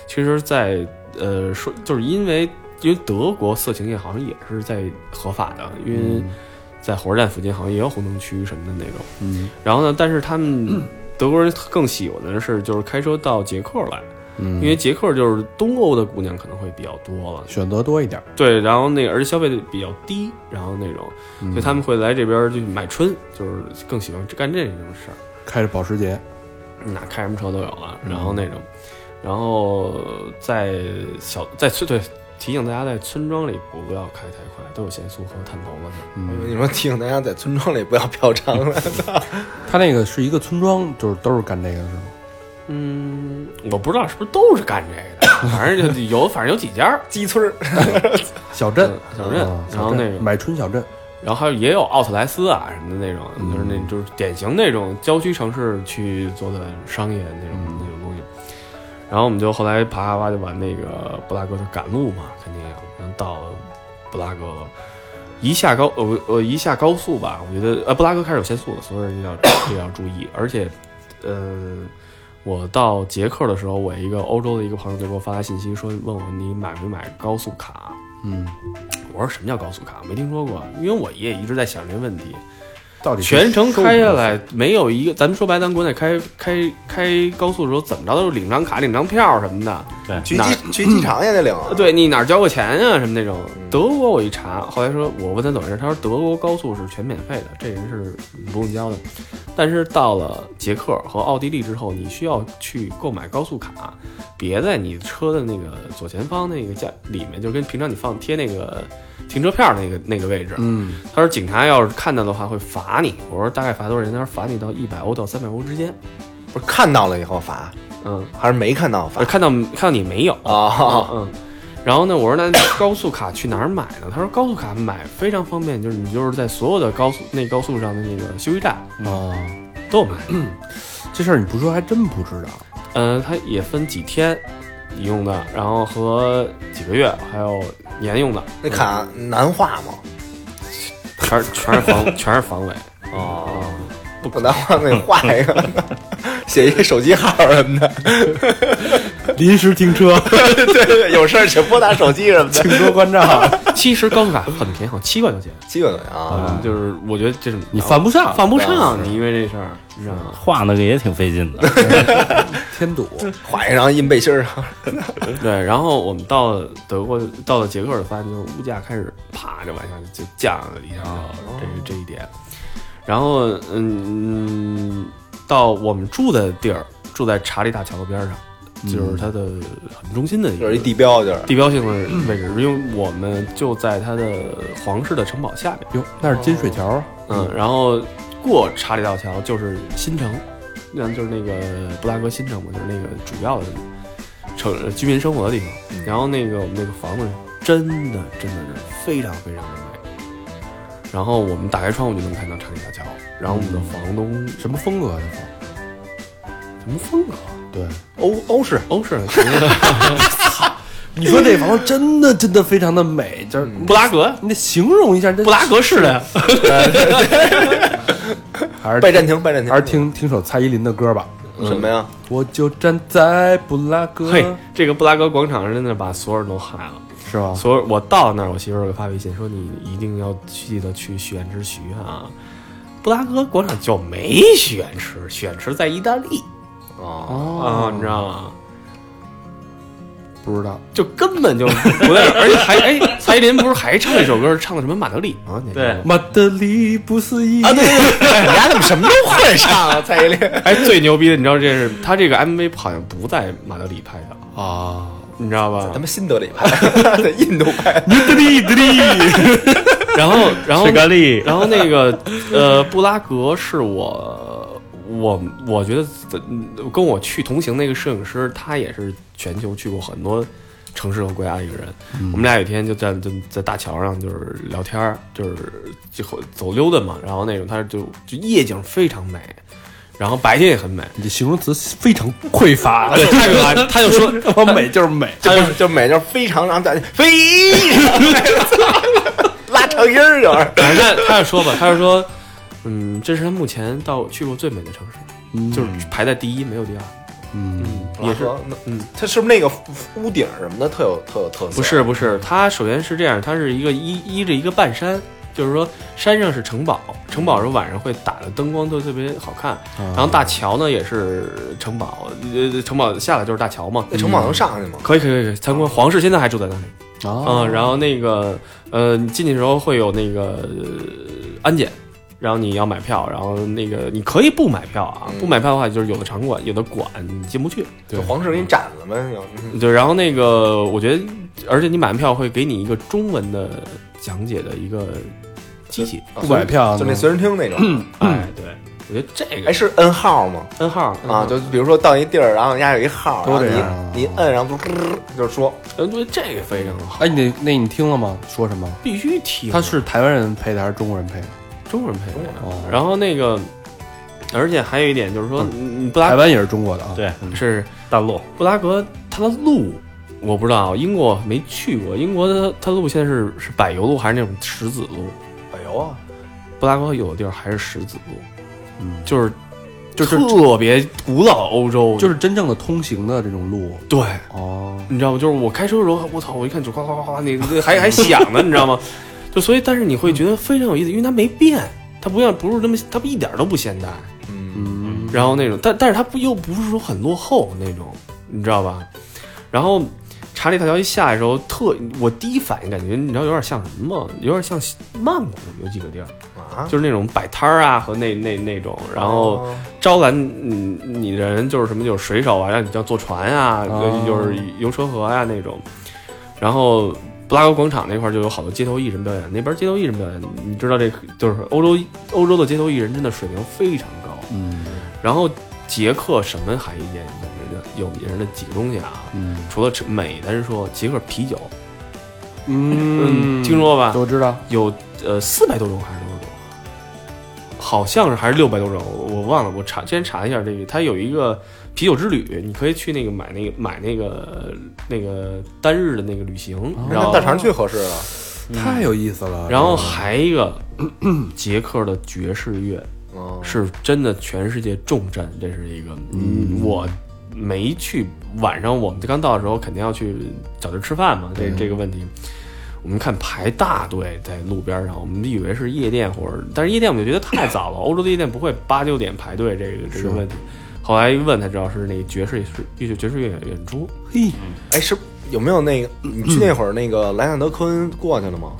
B: 其实在，呃说就是因为因为德国色情业好像也是在合法的，因为在火车站附近好像也有红灯区什么的那种。
C: 嗯
B: 然后呢，但是他们 德国人更喜欢的是就是开车到捷克来，
C: 嗯，
B: 因为捷克就是东欧的姑娘可能会比较多了，
C: 选择多一点，
B: 对，然后那个而且消费比较低，然后那种，所以他们会来这边儿就买春，就是更喜欢干这种事儿。
C: 开着保时捷，
B: 哪开什么车都有了，然后那种，然后在小在村对提醒大家在村庄里不要开太快，都有限速和探头了的。
F: 你说提醒大家在村庄里不要嫖娼了，
C: 他那个是一个村庄，就是都是干这个是吗？
B: 嗯，我不知道是不是都是干这个的，反正就有，反正有几家儿
F: 鸡村儿
C: 小镇
B: 嗯，小镇
C: 啊
B: 然后
C: 小镇
B: 那种
C: 买春小镇，
B: 然后还有也有奥特莱斯啊什么的那种，就是那就是典型那种郊区城市去做的商业那种、那种东西。然后我们就后来爬爬爬就把那个布拉格就赶路嘛，肯定要，然后到布拉格了。一下高呃我呃一下高速吧，我觉得呃布拉格开始有限速了，所有人要就要注意。而且，呃，我到捷克的时候，我一个欧洲的一个朋友就给我发来信息说，问我你买没买高速卡？
C: 嗯，
B: 我说什么叫高速卡？没听说过，因为我也一直在想这问题。
C: 到底是
B: 全程开下
C: 收
B: 来没有一个，咱们说白，咱国内开开开高速的时候，怎么着都是领张卡、领张票什么的。
F: 去
B: 哪
F: 机去机场也得领。啊
B: 对你哪儿交过钱啊什么那种。德国我一查，后来说我问他怎么回事，他说德国高速是全免费的，这人是不用交的。但是到了捷克和奥地利之后，你需要去购买高速卡，别在你车的那个左前方那个架里面，就跟平常你放贴那个停车票那个那个位置。
C: 嗯，
B: 他说警察要是看到的话会罚你。我说大概罚多少钱？他说罚你到一百欧到三百欧之间。
F: 不是看到了以后罚，
B: 嗯，
F: 还是没看到罚
B: 呃看到看到你没有
F: 啊？
B: 嗯，然后呢，我说那高速卡去哪儿买呢？他说高速卡买非常方便，就是你就是在所有的高速那高速上的那个休息站
C: 哦，
B: 都 有买。
C: 这事儿你不说还真不知道。
B: 嗯，它也分几天你用的，然后和几个月，还有年用的，
F: 那卡难画吗？
B: 全是全是防全是防伪。
F: 哦，不难画，给画一个，写一个手机号什么的。
C: 临时停车，
F: 对 对，有事儿请拨打手机什么的。
C: 请多关照。
B: 啊其实高速卡很便宜，好像七块多钱。
F: 基本啊，
B: 嗯，就是我觉得这是
C: 你犯不上，
B: 啊犯不上，你因为这事儿，你知道吗？
E: 画那个也挺费劲的，
C: 添堵，
F: 画一张印背心儿上，
B: 对，然后我们到了德国，到了捷克尔，发现就是物价开始啪就往下就降了一下，
F: 啊
B: 这是这一点。然后嗯，到我们住的地儿，住在查理大桥边上，就是它的很中心的一
F: 就
B: 个
F: 是一地标，就是
B: 地标性的位置，因为我们就在它的皇室的城堡下面。
C: 哟，那是金水桥啊，
B: 嗯，然后过查理大桥就是新城，那就是那个布拉格新城嘛，就是那个主要的城呃居民生活的地方。然后那个我们那个房子真的真的是非常非常的美。然后我们打开窗户就能看到查理大桥。然后我们的房东
C: 什么风格啊这是？
B: 什么风格？
C: 对，
F: 欧欧式，
B: 欧式的
C: 你说这房子真的真的非常的美，就是
B: 布拉格，
C: 你得形容一下，这
B: 嗯布拉格式的呀。
C: 还是
F: 拜占庭，拜占庭嗯
C: 还是听听首蔡依林的歌吧。
F: 什么呀？
C: 我就站在布拉格，
B: 嘿，这个布拉格广场真的把所有人都害了。
C: 是
F: 啊
C: 吧？
B: 所以我到那儿，我媳妇儿给发微信说：“你一定要记得去许愿池许愿啊！”布拉格广场就没许愿池，许愿池在意大利
F: 哦，
B: 啊，你知道吗？
C: 不知道，
B: 就根本就不对，而且还 哎，蔡依林不是还唱一首歌，唱的什么马德里
C: 啊
B: 吗？那
E: 对
B: 个，
C: 马德里不是一
F: 啊，对对对，你丫怎么什么都会上 啊？蔡依林，
B: 哎，最牛逼的，你知道这是他这个 MV 好像不在马德里拍的，
C: 啊，
B: 你知道吧
F: 咱？们新德里拍，在印度拍，
B: 然 后，然后
E: 水咖喱，
B: 然后那个呃，布拉格是我我我觉得嗯跟我去同行那个摄影师，他也是全球去过很多城市和国家的一个人。我们俩有一天就在就在大桥上就是聊天儿，就是就走溜达嘛，然后那种他就就夜景非常美。然后白天也很美，
C: 你这形容词非常匮 乏，
B: 对，他 就他就说，
C: 我美就是美，
F: 就是就美，就是非常让大家非常拉长音儿，就是
B: 反正他就说吧，他就说，嗯，这是他目前到我去过最美的城市，就是排在第一，没有第二。
C: 嗯，
B: 也是，嗯
F: 嗯，它是不是那个屋顶什么的特有特有特色？
B: 不是不是，它首先是这样，它是一个依依着一个半山，就是说山上是城堡，城堡是晚上会打的灯光都特别好看，
C: 嗯
B: 然后
C: 啊
B: 大桥呢也是城堡，呃，城堡下来就是大桥嘛。
F: 那城堡能上去吗？
B: 可以可以可以参观，皇室现在还住在那里
C: 啊
F: 哦
B: 嗯，然后那个呃，你进去的时候会有那个呃安检，然后你要买票，然后那个你可以不买票啊，
F: 嗯
B: 不买票的话就是有的场馆有的馆你进不去，
F: 就皇室给你展了吗？要嗯
B: 对，然后那个，我觉得，而且你买完票会给你一个中文的讲解的一个机器，
F: 啊
C: 不嗯买票
F: 就那随身听那种，
B: 哎，
E: 嗯
B: 对，我觉得这
F: 哎，
B: 个
F: 是摁号吗？
B: N 号
F: 啊，就比如说到一地儿，然后人家有一号，然
C: 都
F: 后
C: 这样
F: 你你摁，然后嘟嘟就说，
B: 嗯我觉得这个非常好，
C: 哎，你那那你听了吗？说什么？
B: 必须听啊。
C: 他是台湾人配的还是中国人配的？
B: 中国人配的呀，
C: 哦
B: 然后那个，而且还有一点就是说，你布
C: 台
B: 拉
C: 湾也是中国的啊。
E: 对
B: 是
E: 大陆
B: 布拉格，它的路我不知道，英国没去过，英国的它路现在是是柏油路还是那种石子路？
F: 哎呦啊，
B: 布拉格有的地儿还是石子路，嗯，就是就是特别古老欧洲，
C: 就是真正的通行的这种路
B: 对，
C: 哦，
B: 你知道吗？就是我开车的时候，我操，我一看就哗哗哗哗，那那 还还响呢，你知道吗？就所以，但是你会觉得非常有意思，因为它没变，它不像不是那么，它一点都不现代，
F: 嗯，
C: 嗯，
B: 然后那种，但但是它不又不是说很落后那种，你知道吧？然后查理大桥一下来的时候，特我第一反应感觉，你知道有点像什么吗？有点像曼谷有几个地儿，
F: 啊，
B: 就是那种摆摊儿啊和那那那种，然后。
F: 哦
B: 招揽你你的人就是什么，就是水手啊，让你叫坐船啊，
C: 哦
B: 就是游车河啊那种。然后布拉格广场那块儿就有好多街头艺人表演，那边街头艺人表演，你知道这就是欧洲欧洲的街头艺人真的水平非常高。
C: 嗯
B: 然后捷克什么还有一件有名的有名的几个东西啊，
C: 嗯
B: 除了吃美的是说捷克啤酒，
C: 嗯，
B: 听说吧，
C: 我知道，
B: 有呃四百多种还是多少种？好像是还是六百多种，我我忘了。我查之前查一下这个，它有一个啤酒之旅，你可以去那个买那个买那个那个单日的那个旅行，然
F: 哦那
B: 后嗯
F: 大肠去合适啊了，
C: 太有意思了。
B: 然后还一个 捷克的爵士乐
F: 嗯，
B: 是真的全世界重镇，这是一个嗯我。没去，晚上我们刚到的时候肯定要去找地儿吃饭嘛，这这个问题，我们看排大队在路边上，我们以为是夜店或者，但是夜店我们就觉得太早了，欧洲的夜店不会八九点排队这个这个问题。后来一问才知道是那爵士乐是爵士乐演出，
C: 嘿，
F: 哎，是有没有那个你去那会儿那个莱昂德科恩过去了吗？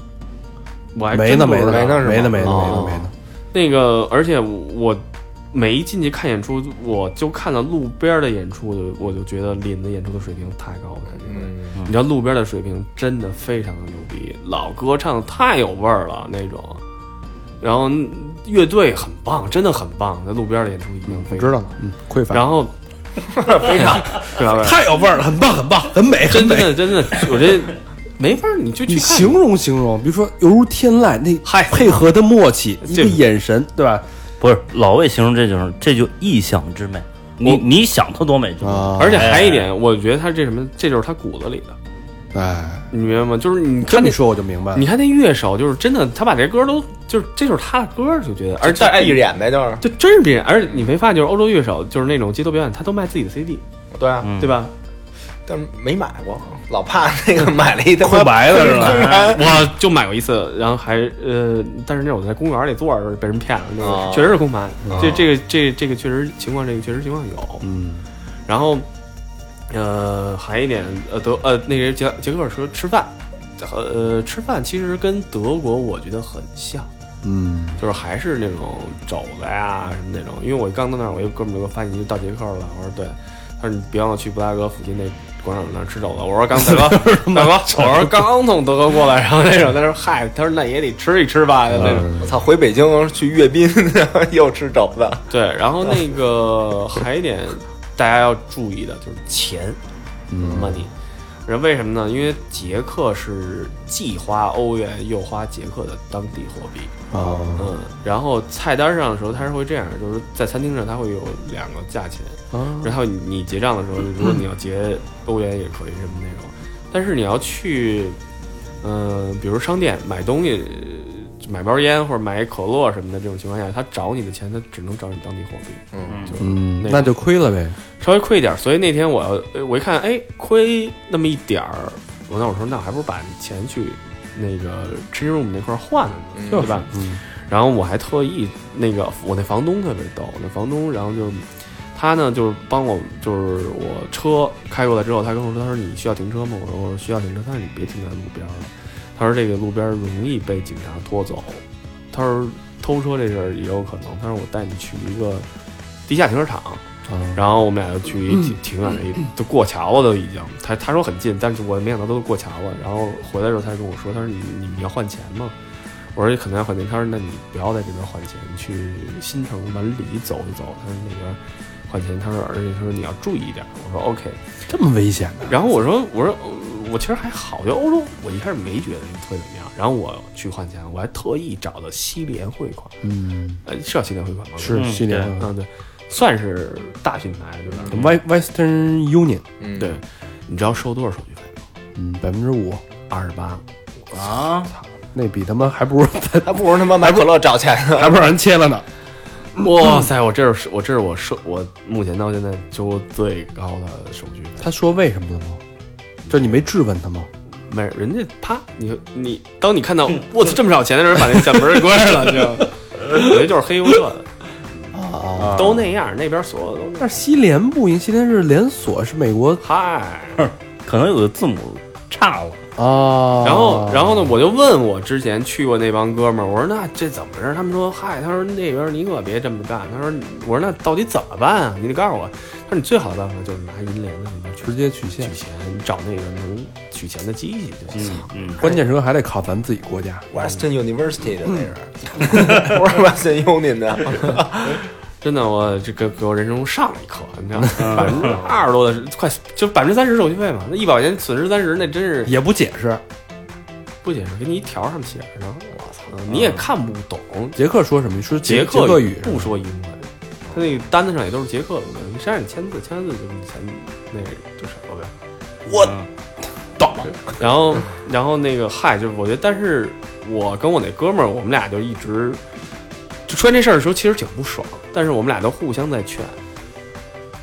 B: 我还
C: 没
B: 真
C: 呢
B: 不
C: 没
B: 知
C: 呢
B: 道
F: 没呢是吧
C: 没呢没呢没呢
B: 哦
C: 没呢，
B: 那个，而且我没进去看演出，我就看到路边的演出，我就我就觉得林的演出的水平太高了。
F: 嗯，
B: 你知道路边的水平真的非常的牛逼，老歌唱得太有味儿了那种，然后乐队很棒，真的很棒，在路边的演出一定非常
C: 知道。了，嗯，匮乏，嗯
B: 然后非常非常
C: 太有味儿了，很棒很棒，很美
B: 真
C: 很美。
B: 的真的，我这没法儿，你就去
C: 你
B: 看
C: 形容形容，比如说犹如天籁，那
B: 嗨
C: 配合的默契，一
B: 这
C: 个眼神，对吧？
E: 不是老魏形容这就是这就意象之美，你
B: 我啊
E: 你想它多美就
C: 嗯
E: 多美。
C: 啊
B: 而且还一点，我觉得他这什么，这就是他骨子里的，
C: 哎，
B: 你明白吗？就是你
C: 这
B: 看
C: 么
B: 那
C: 一说我就明白了
B: 你。看那乐手，就是真的，他把这歌都就是这就是他的歌，就觉得而
F: 这
B: 但哎
F: 闭着眼呗，就是
B: 就真是别人，而你没发现就是欧洲乐手就是那种街头表演，他都卖自己的 CD，
F: 对啊，
E: 嗯
B: 对吧？
F: 但是没买过，老怕那个买了一 他
C: 空
F: 妈
C: 白了是吧？哎
B: 我就买过一次，然后还呃，但是那我在公园里坐着被人骗了，那
F: 哦
B: 个确实是空白。这这个这这个确实情况，这个确实情况有。
C: 哦嗯，
B: 然后呃，还一点呃德呃那个杰杰克尔说吃饭，呃吃饭其实跟德国我觉得很像。
C: 嗯，
B: 就是还是那种肘子呀什么那种。因为我刚到那儿，我一哥们儿就给我发信息到捷克了，我说对，他说你别忘了去布拉格附近那广场那儿吃肘子。我说刚大哥大哥，我说刚从德国过来，然后那种他说嗨，他说那也得吃一吃吧，就那种。
F: 我 操，回北京去阅兵， 然后又吃肘子，
B: 对，然后那个还有一点大家要注意的就是钱，money。人为什么呢？因为捷克是既花欧元又花捷克的当地货币，
C: 哦，
B: 嗯，然后菜单上的时候，它是会这样，就是在餐厅上它会有两个价钱，然后你你结账的时候，如果你要结欧元也可以什么那种，但是你要去，嗯、比如商店买东西，呃买包烟或者买可乐什么的这种情况下，他找你的钱，他只能找你当地货币，
F: 嗯，
B: 就
C: 嗯，
B: 那
C: 那就亏了呗。
B: 稍微亏一点儿。所以那天我要呃我一看，哎，亏那么一点儿，我那我说那我还不如把钱去那个 c h i n room 那块儿换了呢，对吧？
C: 嗯，
B: 然后我还特意那个我那房东特别逗，我那房东然后就他呢就是帮我就是我车开过来之后，他跟我说他说你需要停车吗？我说我需要停车，他说你别停在路边了，他说这个路边容易被警察拖走，他说偷车这事儿也有可能，他说我带你去一个地下停车场。
C: 啊
B: 然后我们俩就去一挺挺远的一，都过桥了都已经。他他说很近，但是我没想到都过桥了。然后回来的时候，他就跟我说，他说你你你要换钱吗？我说可能要换钱。他说那你不要在这边换钱，你去新城往里走一走。他说那边换钱，他说而且他说你要注意一点。我说 OK。
C: 这么危险的，
B: 然后我说我说呃我其实还好，就欧洲我一开始没觉得会怎么样。然后我去换钱，我还特意找了西联汇款，
C: 嗯，
B: 呃是叫西联汇款吗？
C: 是
E: 嗯
C: 系列
E: 对
C: 嗯
B: 嗯对，算是大品牌对吧？
C: We- Western Union，
F: 嗯
B: 对，，你知道收多少手续费吗？
C: 嗯，百分之五，
B: 二十八。
E: 啊，
C: 那比他妈还 不如还
F: 还不如他妈买可乐找钱呢。
C: 不如让人切了呢。
B: 哇塞！我这是我这是我收我目前到现在收最高的手续费。
C: 他说为什么了吗？就你没质问他吗？
B: 没人家啪，你你当你看
C: 嗯
B: 到我操这么少钱的时候，把那小门儿关 上了，就我觉得就是黑又社
C: 哦
B: 的，都那样，那边所有的都那样
C: 但是西联不一样，西联是连锁，是美国
B: 嗨。
C: 哦
E: 可能有的字母差了，
C: 啊。
B: 然后，然后呢，我就问我之前去过那帮哥们儿，我说那这怎么回事？他们说嗨，他说那边你可别这么干。他说，我说那到底怎么办啊？你得告诉我。他说你最好的办法就是拿银联的那边去
C: 直接取现
B: 取，钱，你找那个能取钱的机器就行。
E: 嗯，
C: 关键时候还得靠咱自己国家。
F: Western University 的 那是，不是 Western Union 的，
B: 真的，我这给给我人生中上了一课，你知道吗？百分之二十多的快就百分之三十手续费嘛，那一百块钱损失三十，那真是
C: 也不解释，
B: 不解释，给你一条上写着呢。我操，你也看不懂，
C: 杰克说什么？说
B: 捷
C: 克
B: 克
C: 语
B: 不说英文，他那个单子上也都是捷克文，你先让你签字，签完字就你签那个就少了呗。
E: 我
B: 嗯然后，然后那个嗨，就是我觉得，但是我跟我那哥们儿，我们俩就一直就出现这事儿的时候，其实挺不爽，但是我们俩都互相在劝，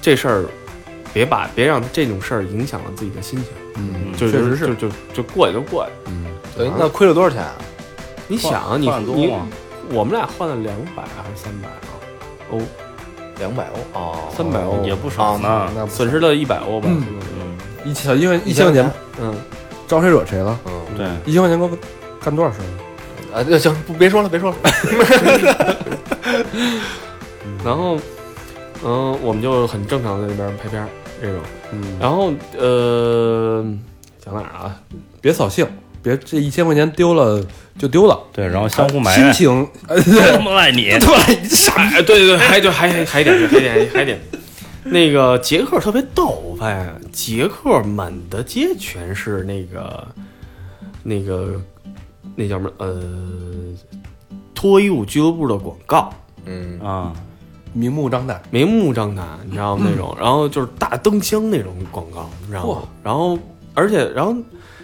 B: 这事儿别把别让这种事儿影响了自己的心情，
C: 嗯，
B: 就
C: 确实是，
B: 就就就就过去就过去。
C: 嗯，
F: 对，那亏了多少钱啊？
B: 你想啊，你
E: 换多
B: 你
E: 吗？
B: 我们俩换了两百还是三百啊？欧
F: 两百欧哦，
B: 三百欧
E: 嗯也不少
C: 啊
E: 呢。
F: 那不
B: 损失了一百欧吧，
C: 嗯
B: 可能是
C: 一千因为一千块钱
B: 嗯，
C: 招谁惹谁了？
E: 对，
C: 一千块钱够干多少事儿？
F: 啊，那行，不别说了，别说了。
B: 然后，嗯、我们就很正常在那边拍片儿这种，然后呃，讲哪儿了啊？
C: 别扫兴，别这一千块钱丢了就丢了，
E: 对，然后相互埋
C: 亲
E: 怨，
C: 情呃
E: 都他妈赖你。
C: 对，你傻
B: 哎， 对对对，还对还还还点还点还点，那个捷克特别逗，我发现捷克满大街全是那个那个那叫什么呃脱衣舞俱乐部的广告，
F: 嗯，
E: 啊，
C: 明目张胆，
B: 明目张胆，你知道吗？那种，然后就是大灯箱那种广告，你知道吗
C: 嚯？
B: 然后而且然后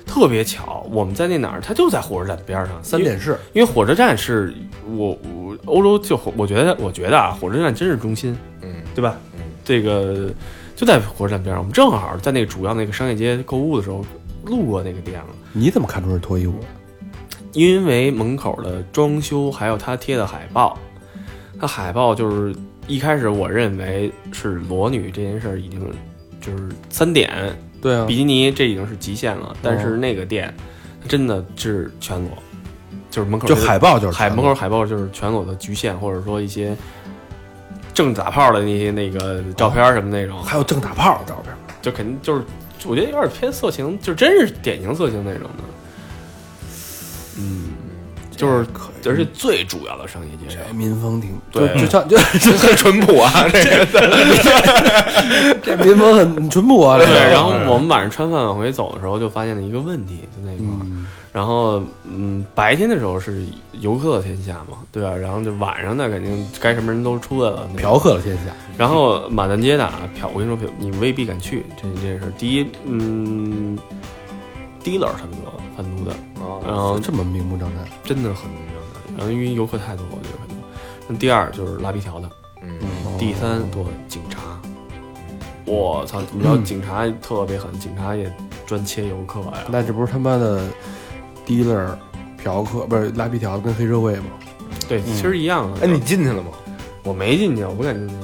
B: 特别巧，我们在那哪儿，它就在火车站边上，
C: 三
B: 因为
C: 点式，
B: 因为火车站是我我欧洲就火我觉得我觉得啊，火车站真是中心，
F: 嗯，
B: 对吧？
F: 嗯，
B: 这个就在火车站边上，我们正好在那个主要那个商业街购物的时候路过那个店了，
C: 你怎么看出是脱衣舞？
B: 因为门口的装修还有它贴的海报，它海报就是一开始我认为是裸女这件事儿已经就是三点
C: 对啊
B: 比，基尼这已经是极限
C: 嗯
B: 了，但是那个店它真的是全裸，就是门口
C: 就海报就是
B: 海门口海报就是全裸的局限，或者说一些正打炮的那些那个照片什么那种，
C: 还有正打炮的照片，
B: 就肯定就是我觉得有点偏色情，就真是典型色情那种的。嗯，就是
C: 可以
B: 而且最主要的商业街上
C: 这哎民风挺
B: 对
C: 就就像 就
F: 这很淳 朴啊，这个
C: 这民风很淳朴啊，这
B: 对，
C: 个
B: 然后
F: 嗯
B: 我们晚上吃完饭往回走的时候，就发现了一个问题，就那块儿。然后，嗯，白天的时候是游客天下嘛，对吧、然后就晚上呢，肯定该什么人都出来了，那种
C: 嫖客的天下，
B: 然后满大街的啊，嫖，我跟你说，嫖你未必敢去，这这件事儿。第一，嗯，低了差不多贩毒的，
F: 嗯
B: 然后
C: 这么明目张胆，
B: 真的很明显的，然后因为游客太多，我觉得可能。那第二就是拉皮条的，
F: 嗯，
C: 哦
B: 第三多警察。我操！你知道警察特别狠，警察也专切游客呀。
C: 那这不是他妈的 dealer 嫖客不是拉皮条跟黑社会吗？
B: 对，其实一样的。啊
F: 哎，你进去了吗？
B: 我没进去，我不敢进去。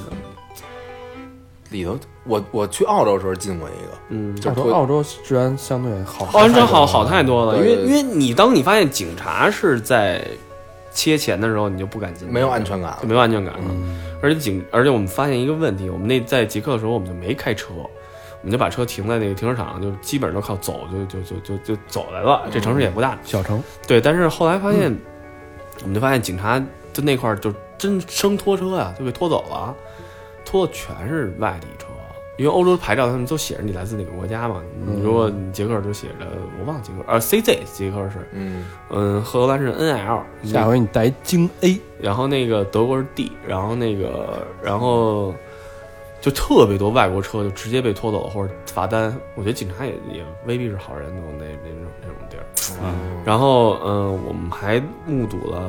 F: 里头，我我去澳洲的时候进过一个，
B: 嗯，
F: 就
C: 澳
F: 是
C: 洲
F: 脱
C: 澳洲治安相对好，
B: 澳洲好好太多了，因为
F: 对对
B: 因为你当你发现警察是在切钱的时候，你就不敢进去，
F: 没有安全感
B: 就
F: 了。
B: 没有安全感了。而且警，而且我们发现一个问题，我们那在捷克的时候，我们就没开车，我们就把车停在那个停车场，就基本上都靠走，就就就就就走来了。这城市也不大，
C: 小城，
B: 对。但是后来发现，我们就发现警察就那块儿就真生拖车啊，就被拖走了，拖的全是外地车。因为欧洲牌照他们都写着你来自哪个国家嘛，你如果你捷克就写着我忘了捷克，呃 CZ 捷克是，
F: 嗯，
B: 嗯荷兰是 NL，
C: 下回你带一京 A，
B: 然后那个德国是 D，然后那个然后就特别多外国车就直接被拖走或者罚单，我觉得警察也也未必是好人那种那那种那种地儿。
E: 嗯
B: 然后嗯、呃我们还目睹了。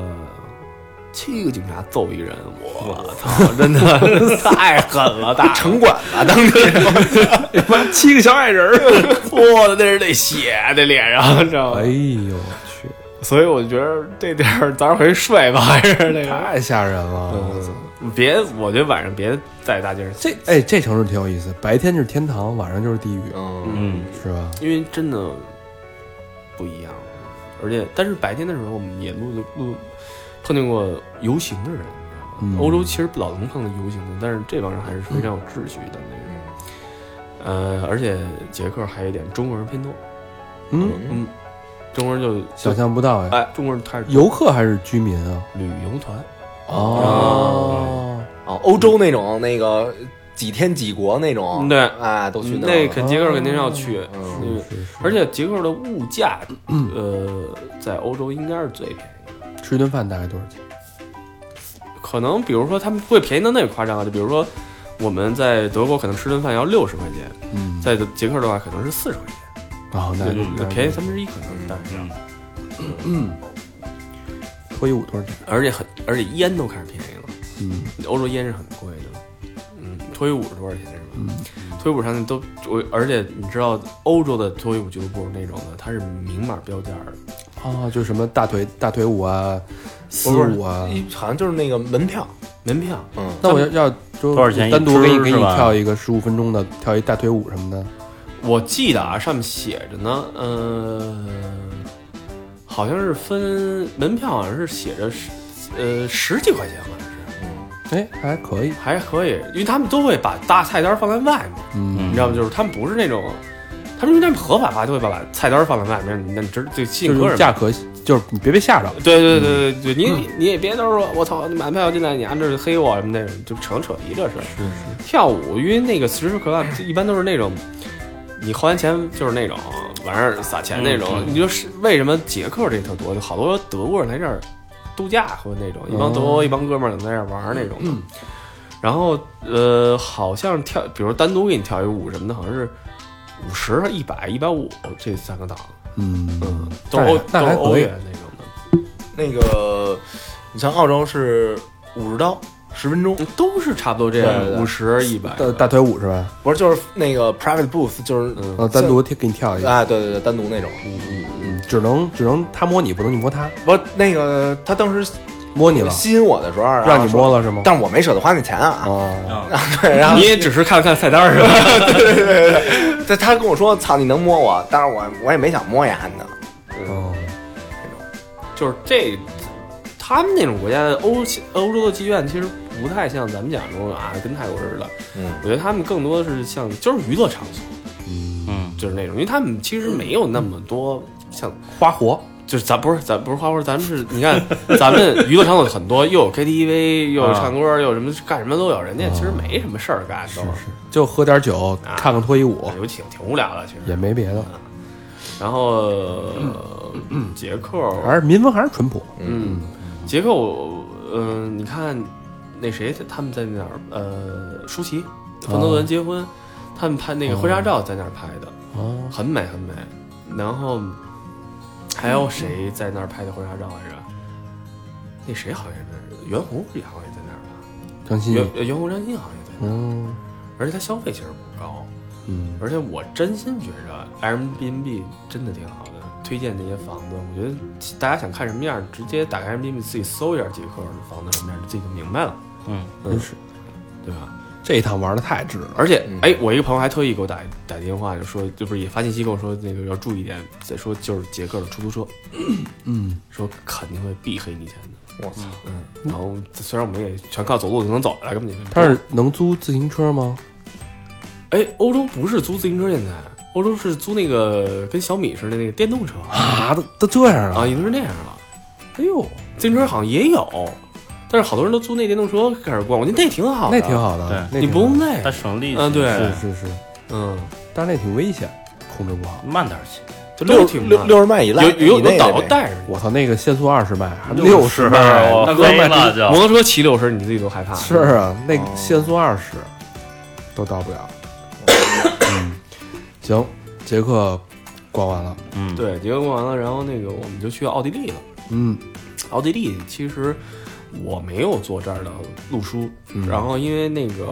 B: 七个警察揍一人，我操，真的 太狠了！大城管吧，当时妈 七个小矮 人儿，我的那是得血那脸上，知道吗
C: 哎？呦我去，
B: 所以我觉得这地儿早点回去睡吧，还是那个。
C: 太吓人了。
B: 嗯，别，我觉得晚上别在大街上，
C: 这哎，这城市挺有意思，白天就是天堂，晚上就是地狱，
F: 嗯，
E: 嗯，
C: 是吧？
B: 因为真的不一样。而且，但是白天的时候，我们也录录录碰见过游行的人，你知道吗？
C: 嗯
B: 欧洲其实老能碰见游行的，但是这帮人还是非常有秩序的那种。呃，而且捷克还有一点中国人偏多，
C: 嗯，
B: 嗯，中国人就
C: 想象不到哎，
B: 哎，中国人开始
C: 游客还是居民啊？
B: 旅游团，
C: 哦，
F: 哦，欧洲那种那个几天几国那种，
B: 嗯对
F: 哎，都去
B: 那
F: 儿了
B: 肯捷克肯定要去，
F: 嗯
B: 那个
C: 是是
B: 而且捷克的物价，呃，在欧洲应该是最便宜的。
C: 吃一顿饭大概多少钱？
B: 可能比如说他们会便宜到那个夸张啊，就比如说我们在德国可能吃顿饭要六十块钱，
C: 嗯，
B: 在捷克的话可能是四十块钱，
C: 哦，那
B: 对
C: 那
B: 便宜三分之一可能。但是
C: 脱衣舞多少钱？
B: 而且很，而且烟都开始便宜了。
C: 嗯，
B: 欧洲烟是很贵的，嗯，脱衣舞是多少钱是吧？脱衣舞上面都我，而且你知道欧洲的脱衣舞俱乐部那种的，它是明码标价的，
C: 哦，就是什么大腿大腿舞啊，丝舞啊。
F: 一好像就是那个门票，
B: 门票
F: 嗯，
C: 那我要要说
E: 多少钱一
C: 单独给你
E: 只
C: 给
E: 是
C: 你
E: 吧
C: 跳一个十五分钟的，跳一大腿舞什么的。
B: 我记得啊，上面写着呢，呃，好像是分门票，好像是写着十呃十几块钱，好像是
C: 哎，还可以，
B: 还可以，因为他们都会把大菜单放在外面，
C: 嗯，
E: 嗯
B: 你知道吗？就是他们不是那种，他们因为他们合法化，都会把把菜单放在外面，那你知这吸
C: 就
B: 引
C: 是
B: 客
C: 用
B: 人
C: 价
B: 嘛。
C: 格，就是你别被吓着。
B: 对对对对对，
C: 嗯
B: 你你也别到时候我操，你买票进来，你按这黑我什么的，就成扯皮这是。
C: 是是，
B: 跳舞，因为那个 s t r i club 一般都是那种，你花完钱就是那种玩意儿撒钱那种。
C: 嗯
B: 你就是为什么捷克这特多，就好多德国人来这儿度假或者那种，一帮德国、
C: 嗯
B: 一帮哥们儿在那儿玩儿那种的。然后呃，好像跳，比如单独给你跳一舞什么的，好像是五十、一百、一百五这三个档，
C: 嗯
B: 嗯，都是欧
C: 那
B: 都
C: 还
B: 是
C: 那还
B: 欧
C: 可以
B: 元那种的，
F: 那个，你像澳洲是五十刀十分钟，
B: 都是差不多这
F: 对对
B: 样，
F: 对
B: 五十、一百。
C: 大
E: 嗯
C: 大腿舞是吧？
F: 不是就是那个 private booth，就是
B: 嗯
C: 呃，单独跳给你跳一个，
F: 啊，对对对，单独那种。
C: 只能只能他摸你，不能你摸他，
F: 不，那个他当时
C: 摸你了，
F: 吸引我的时候，然后
C: 让你
F: 说
C: 摸了是吗？
F: 但我没舍得花那钱啊。
C: 哦，
F: 对， 然后
B: 你也只是看看菜单儿是吧？
F: 他他跟我说：“操，你能摸我？”但是我我也没想摸呀，呢。
C: 哦
B: 就是这，他们那种国家的欧欧洲的妓院其实不太像咱们讲说啊，跟泰国似的。
F: 嗯，
B: 我觉得他们更多的是像就是娱乐场所，
E: 嗯，
B: 就是那种，因为他们其实没有那么多像，
C: 花活，
B: 就是咱不是咱不是花花，咱们是你看咱们娱乐场所很多，又有 KTV，又有唱歌，又有什么干什么都有，人家其实没什么事儿干，都
C: 就喝点酒，
B: 啊
C: 看看脱衣舞，
B: 有挺挺无聊的其实。
C: 也没别的，
B: 然后呃捷克
C: 还是民风还是淳朴。
B: 嗯，杰克我，嗯、你看那谁他们在那儿，呃，舒淇、冯德伦结婚，他们拍那个婚纱照在那儿拍的，
C: 哦，
B: 很美很美。然后还有谁在那儿拍的婚纱照来着？那谁好像是袁弘，也好像也在那儿吧？
C: 张馨
B: 袁
C: 予，
B: 呃袁弘、张馨好像也在那儿，
C: 嗯
B: 而且他消费其实不高，
C: 嗯，
B: 而且我真心觉着 Airbnb 真的挺好的，推荐这些房子。我觉得大家想看什么样，直接打开 Airbnb 自己搜一下捷克的房子什么样，自己就明白了，
E: 嗯
C: 真是
B: 对吧？
C: 这一趟玩的太值了。
B: 而且
F: 嗯，
B: 哎，我一个朋友还特意给我打打电话，就说，就不是也发信息跟我说，那个要注意一点，再说就是捷克的出租车，
C: 嗯，
B: 说肯定会必黑你钱的。
F: 我操！
B: 嗯，然后虽然我们也全靠走路就能走下来，根本就没
C: 他是能租自行车吗？
B: 哎，欧洲不是租自行车现在，欧洲是租那个跟小米似的那个电动车
C: 啊，都都这样
B: 啊，
C: 了，
B: 已经是那样了。
C: 哎呦，
B: 自行车好像也有，但是好多人都租那电动车开始逛，我觉得那挺哎好的，
C: 那挺，好的，那
B: 你
C: 挺
B: 不
C: 好
B: 用
C: 的，
B: 累
E: 它，省力气。
B: 嗯对
E: 是
C: 是是是，
B: 嗯，
C: 但是那挺危险，控制不好。
E: 慢点儿骑。
B: 就
F: 六
B: 都挺
F: 六
B: 慢
F: 六十迈以内，
B: 有有
F: 以内
B: 有导
F: 得
B: 游
F: 呗
B: 带着你，
C: 我操，那个限速二十迈，
E: 六
C: 十
E: 十
C: 迈，
E: 我
C: 那
E: 哥们儿
B: 摩托车骑六十你自己都害怕，
C: 是啊，那个限速二十都到不 了。嗯行，杰克逛完了，
E: 嗯，
B: 对，结果完了，然后那个我们就去奥地利了。
C: 嗯，
B: 奥地利其实我没有做这儿的路书，
C: 嗯
B: 然后因为那个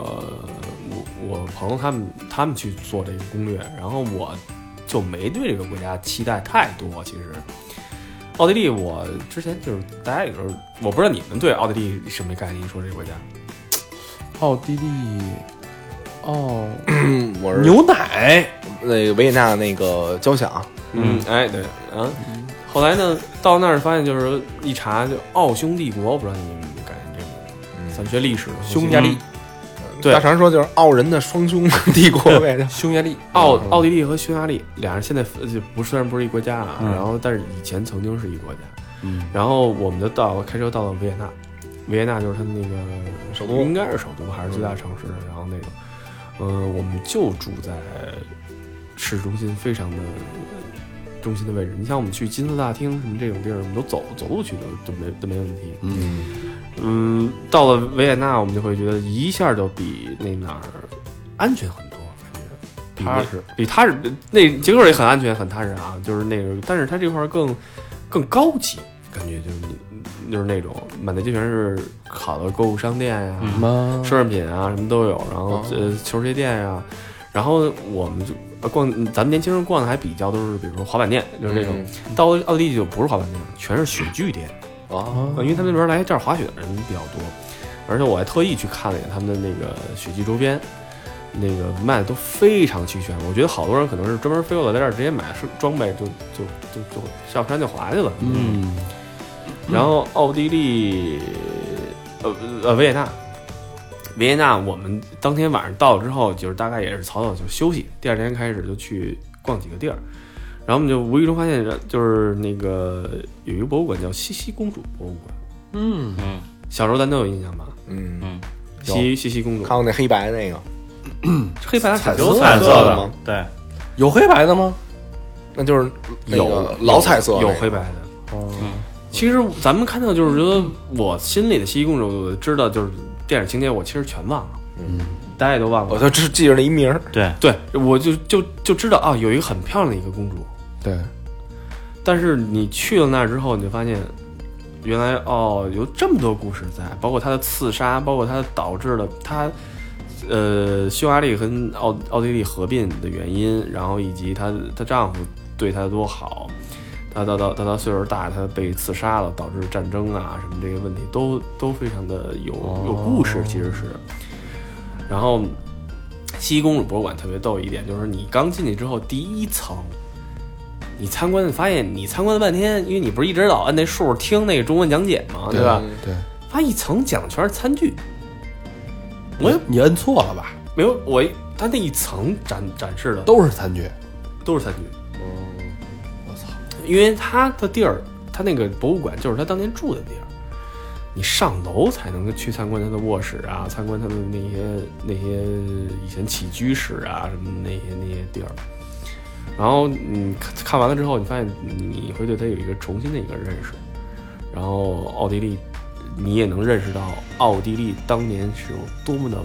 B: 我我朋友他们他们去做这个攻略，然后我就没对这个国家期待太多。其实奥地利我之前就是大家也就是我不知道你们对奥地利什么概念？说这个国家
C: 奥地利，哦，
F: 嗯，我是
C: 牛奶，
F: 那个维也纳那个交响，
B: 嗯，哎，对，啊，后来呢，到那儿发现就是一查就奥匈帝国，我不知道你们感觉这个，咱学历史的，
C: 匈牙
E: 嗯
C: 利，
B: 嗯对
F: 嗯大肠说就是傲人的双胸帝国呗，就
C: 匈牙利，
B: 奥
C: 嗯
B: 奥地利和匈牙利俩人现在呃就不虽然不是一国家啊，然后但是以前曾经是一国家，
C: 嗯，
B: 然后我们就到开车到了维也纳，维也纳就是他们那个
F: 首都
B: 应该是首都还是最大城市，然后那个，呃，我们就住在市中心非常的中心的位置。你像我们去金色大厅什么这种地儿，我们都走走路去都都没都没问题。
C: 嗯，
B: 嗯，到了维也纳，我们就会觉得一下就比那哪儿安全很多，比
C: 踏实，
B: 比踏实。那捷克也很安全，很踏实啊，就是那个，但是它这块儿更更高级，感觉就是你就是那种满大街全是好的购物商店呀、
E: 嗯
C: 妈，
B: 奢侈品啊什么都有，然后
C: 哦
B: 呃球鞋店呀、然后我们就呃逛，咱们年轻人逛的还比较都是比如说滑板店， 就是
C: 嗯
B: 那种。到奥地利就不是滑板店，全是雪具店。
F: 啊，
B: 呃因为他们那边来这儿滑雪的人比较多，而且我还特意去看了一眼他们的那个雪季周边，那个卖的都非常齐全。我觉得好多人可能是专门飞过来在这儿直接买是装备就就就就上山就滑去了。
C: 嗯，
B: 然后奥地利，呃呃维也纳，维也纳我们当天晚上到了之后，就是大概也是早早就休息，第二天开始就去逛几个地儿，然后我们就无意中发现，就是那个有一个博物馆叫茜茜公主博物馆，
E: 嗯，
B: 小时候咱都有印象吧？
F: 嗯，有
B: 茜茜茜公主
F: 看，过那黑白那个，
B: 黑白彩
F: 有
B: 球
F: 彩
E: 色
F: 色的吗？
E: 对，
C: 有黑白的吗？
F: 那就是那个
B: 有
F: 老彩色哦那
B: 有
F: 个，
B: 黑白的。其实咱们看到就是觉得，我心里的茜茜公主，我知道就是电影情节，我其实全忘了，
F: 嗯，
B: 大家也都忘了
F: 我。就只记着那一名儿，
E: 对，
B: 对，我就就就知道啊，有一个很漂亮的一个公主，
C: 对，
B: 但是你去了那儿之后，你就发现，原来哦，有这么多故事在，包括她的刺杀，包括她导致了她，呃，匈牙利和奥奥地利合并的原因，然后以及她她丈夫对她多好，她到到她到岁数大，她被刺杀了，导致战争啊什么这些问题都都非常的有有故事，其实是，然后。西公主博物馆特别逗一点，就是你刚进去之后，第一层你参观，发现你参观了半天，因为你不是一直老按那数听那个中文讲解嘛，对吧？
C: 对，
B: 发现一层讲的全是餐具，
C: 我你摁错了吧？
B: 没有我他那一层展展示的都
C: 都是餐具，
B: 都是餐具。嗯，我操！因为他的地儿，他那个博物馆就是他当年住的地儿，你上楼才能去参观他的卧室啊，参观他的那些那些以前起居室啊什么那些那些地儿。然后你看看完了之后，你发现你会对它有一个重新的一个认识。然后奥地利，你也能认识到奥地利当年是有多么的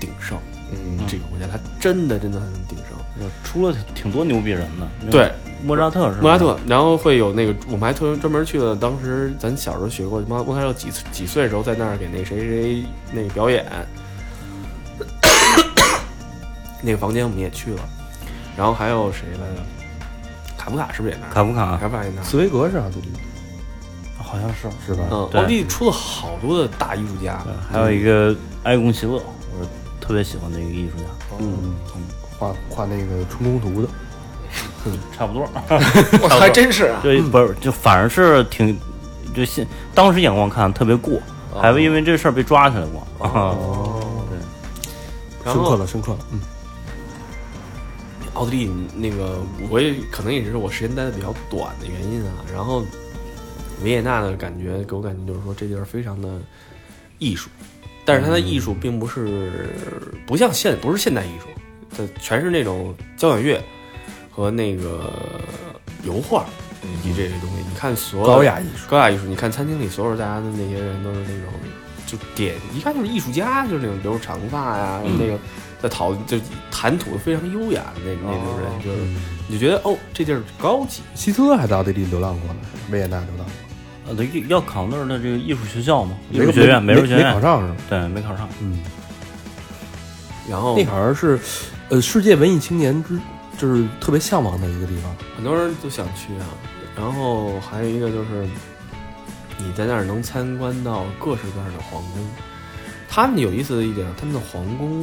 B: 鼎盛。嗯，这个国家它真的真的很鼎盛。
E: 我出了挺多牛逼人的。
B: 对，
E: 莫扎嗯特是吧
B: 莫扎，特，然后会有那个，我们还特别专门去了，当时咱小时候学过，莫莫扎特几岁几岁的时候在那儿给那谁谁那个表演，那个房间我们也去了，然后还有谁来着？卡夫卡是不是也那儿？
E: 卡夫卡
B: 卡夫卡也那儿。
C: 茨威格是奥地利
E: 好像是，
C: 是吧？
B: 嗯，
E: 对嗯
B: 奥地利出了好多的大艺术家，
E: 还有一个埃贡席勒，我特别喜欢的一个艺术家，
B: 嗯，
C: 画画那个春宫图的，
E: 差不多。
F: 我操还真是啊，
E: 就不是就反而是挺，就现当时眼光看特别过，还因为这事儿被抓起来过。哦
B: 然
C: 深刻
B: 后
C: 了，深刻了。嗯，
B: 奥地利那个，我也可能也是我时间待的比较短的原因啊。然后维也纳的感觉给我感觉就是说这地儿非常的艺术，但是它的艺
C: 嗯
B: 术并不是不像现不是现代艺术，它全是那种交响乐和那个油画以及这些东西。你看所有
C: 高雅艺术，
B: 高雅艺术，你看餐厅里所有大家的那些人都是那种，就点一看就是艺术家，就是那种留着长发呀、那个在讨就谈吐非常优雅的那那种人，就是你就觉得哦，这地儿高级，
C: 希特勒还在奥地利流浪过呢，维也纳流浪过，
E: 呃，对要考那儿的这个艺术学校嘛，艺
C: 没
E: 术学院、
C: 没
E: 美术学
C: 没考
E: 院，
C: 上是吗？
E: 对，没考上。
C: 嗯，
B: 然后
C: 那好像是，呃，世界文艺青年之就是特别向往的一个地方。
B: 很多人都想去啊。然后还有一个就是，你在那儿能参观到各式各样的皇宫。他们有意思的一点，他们的皇宫，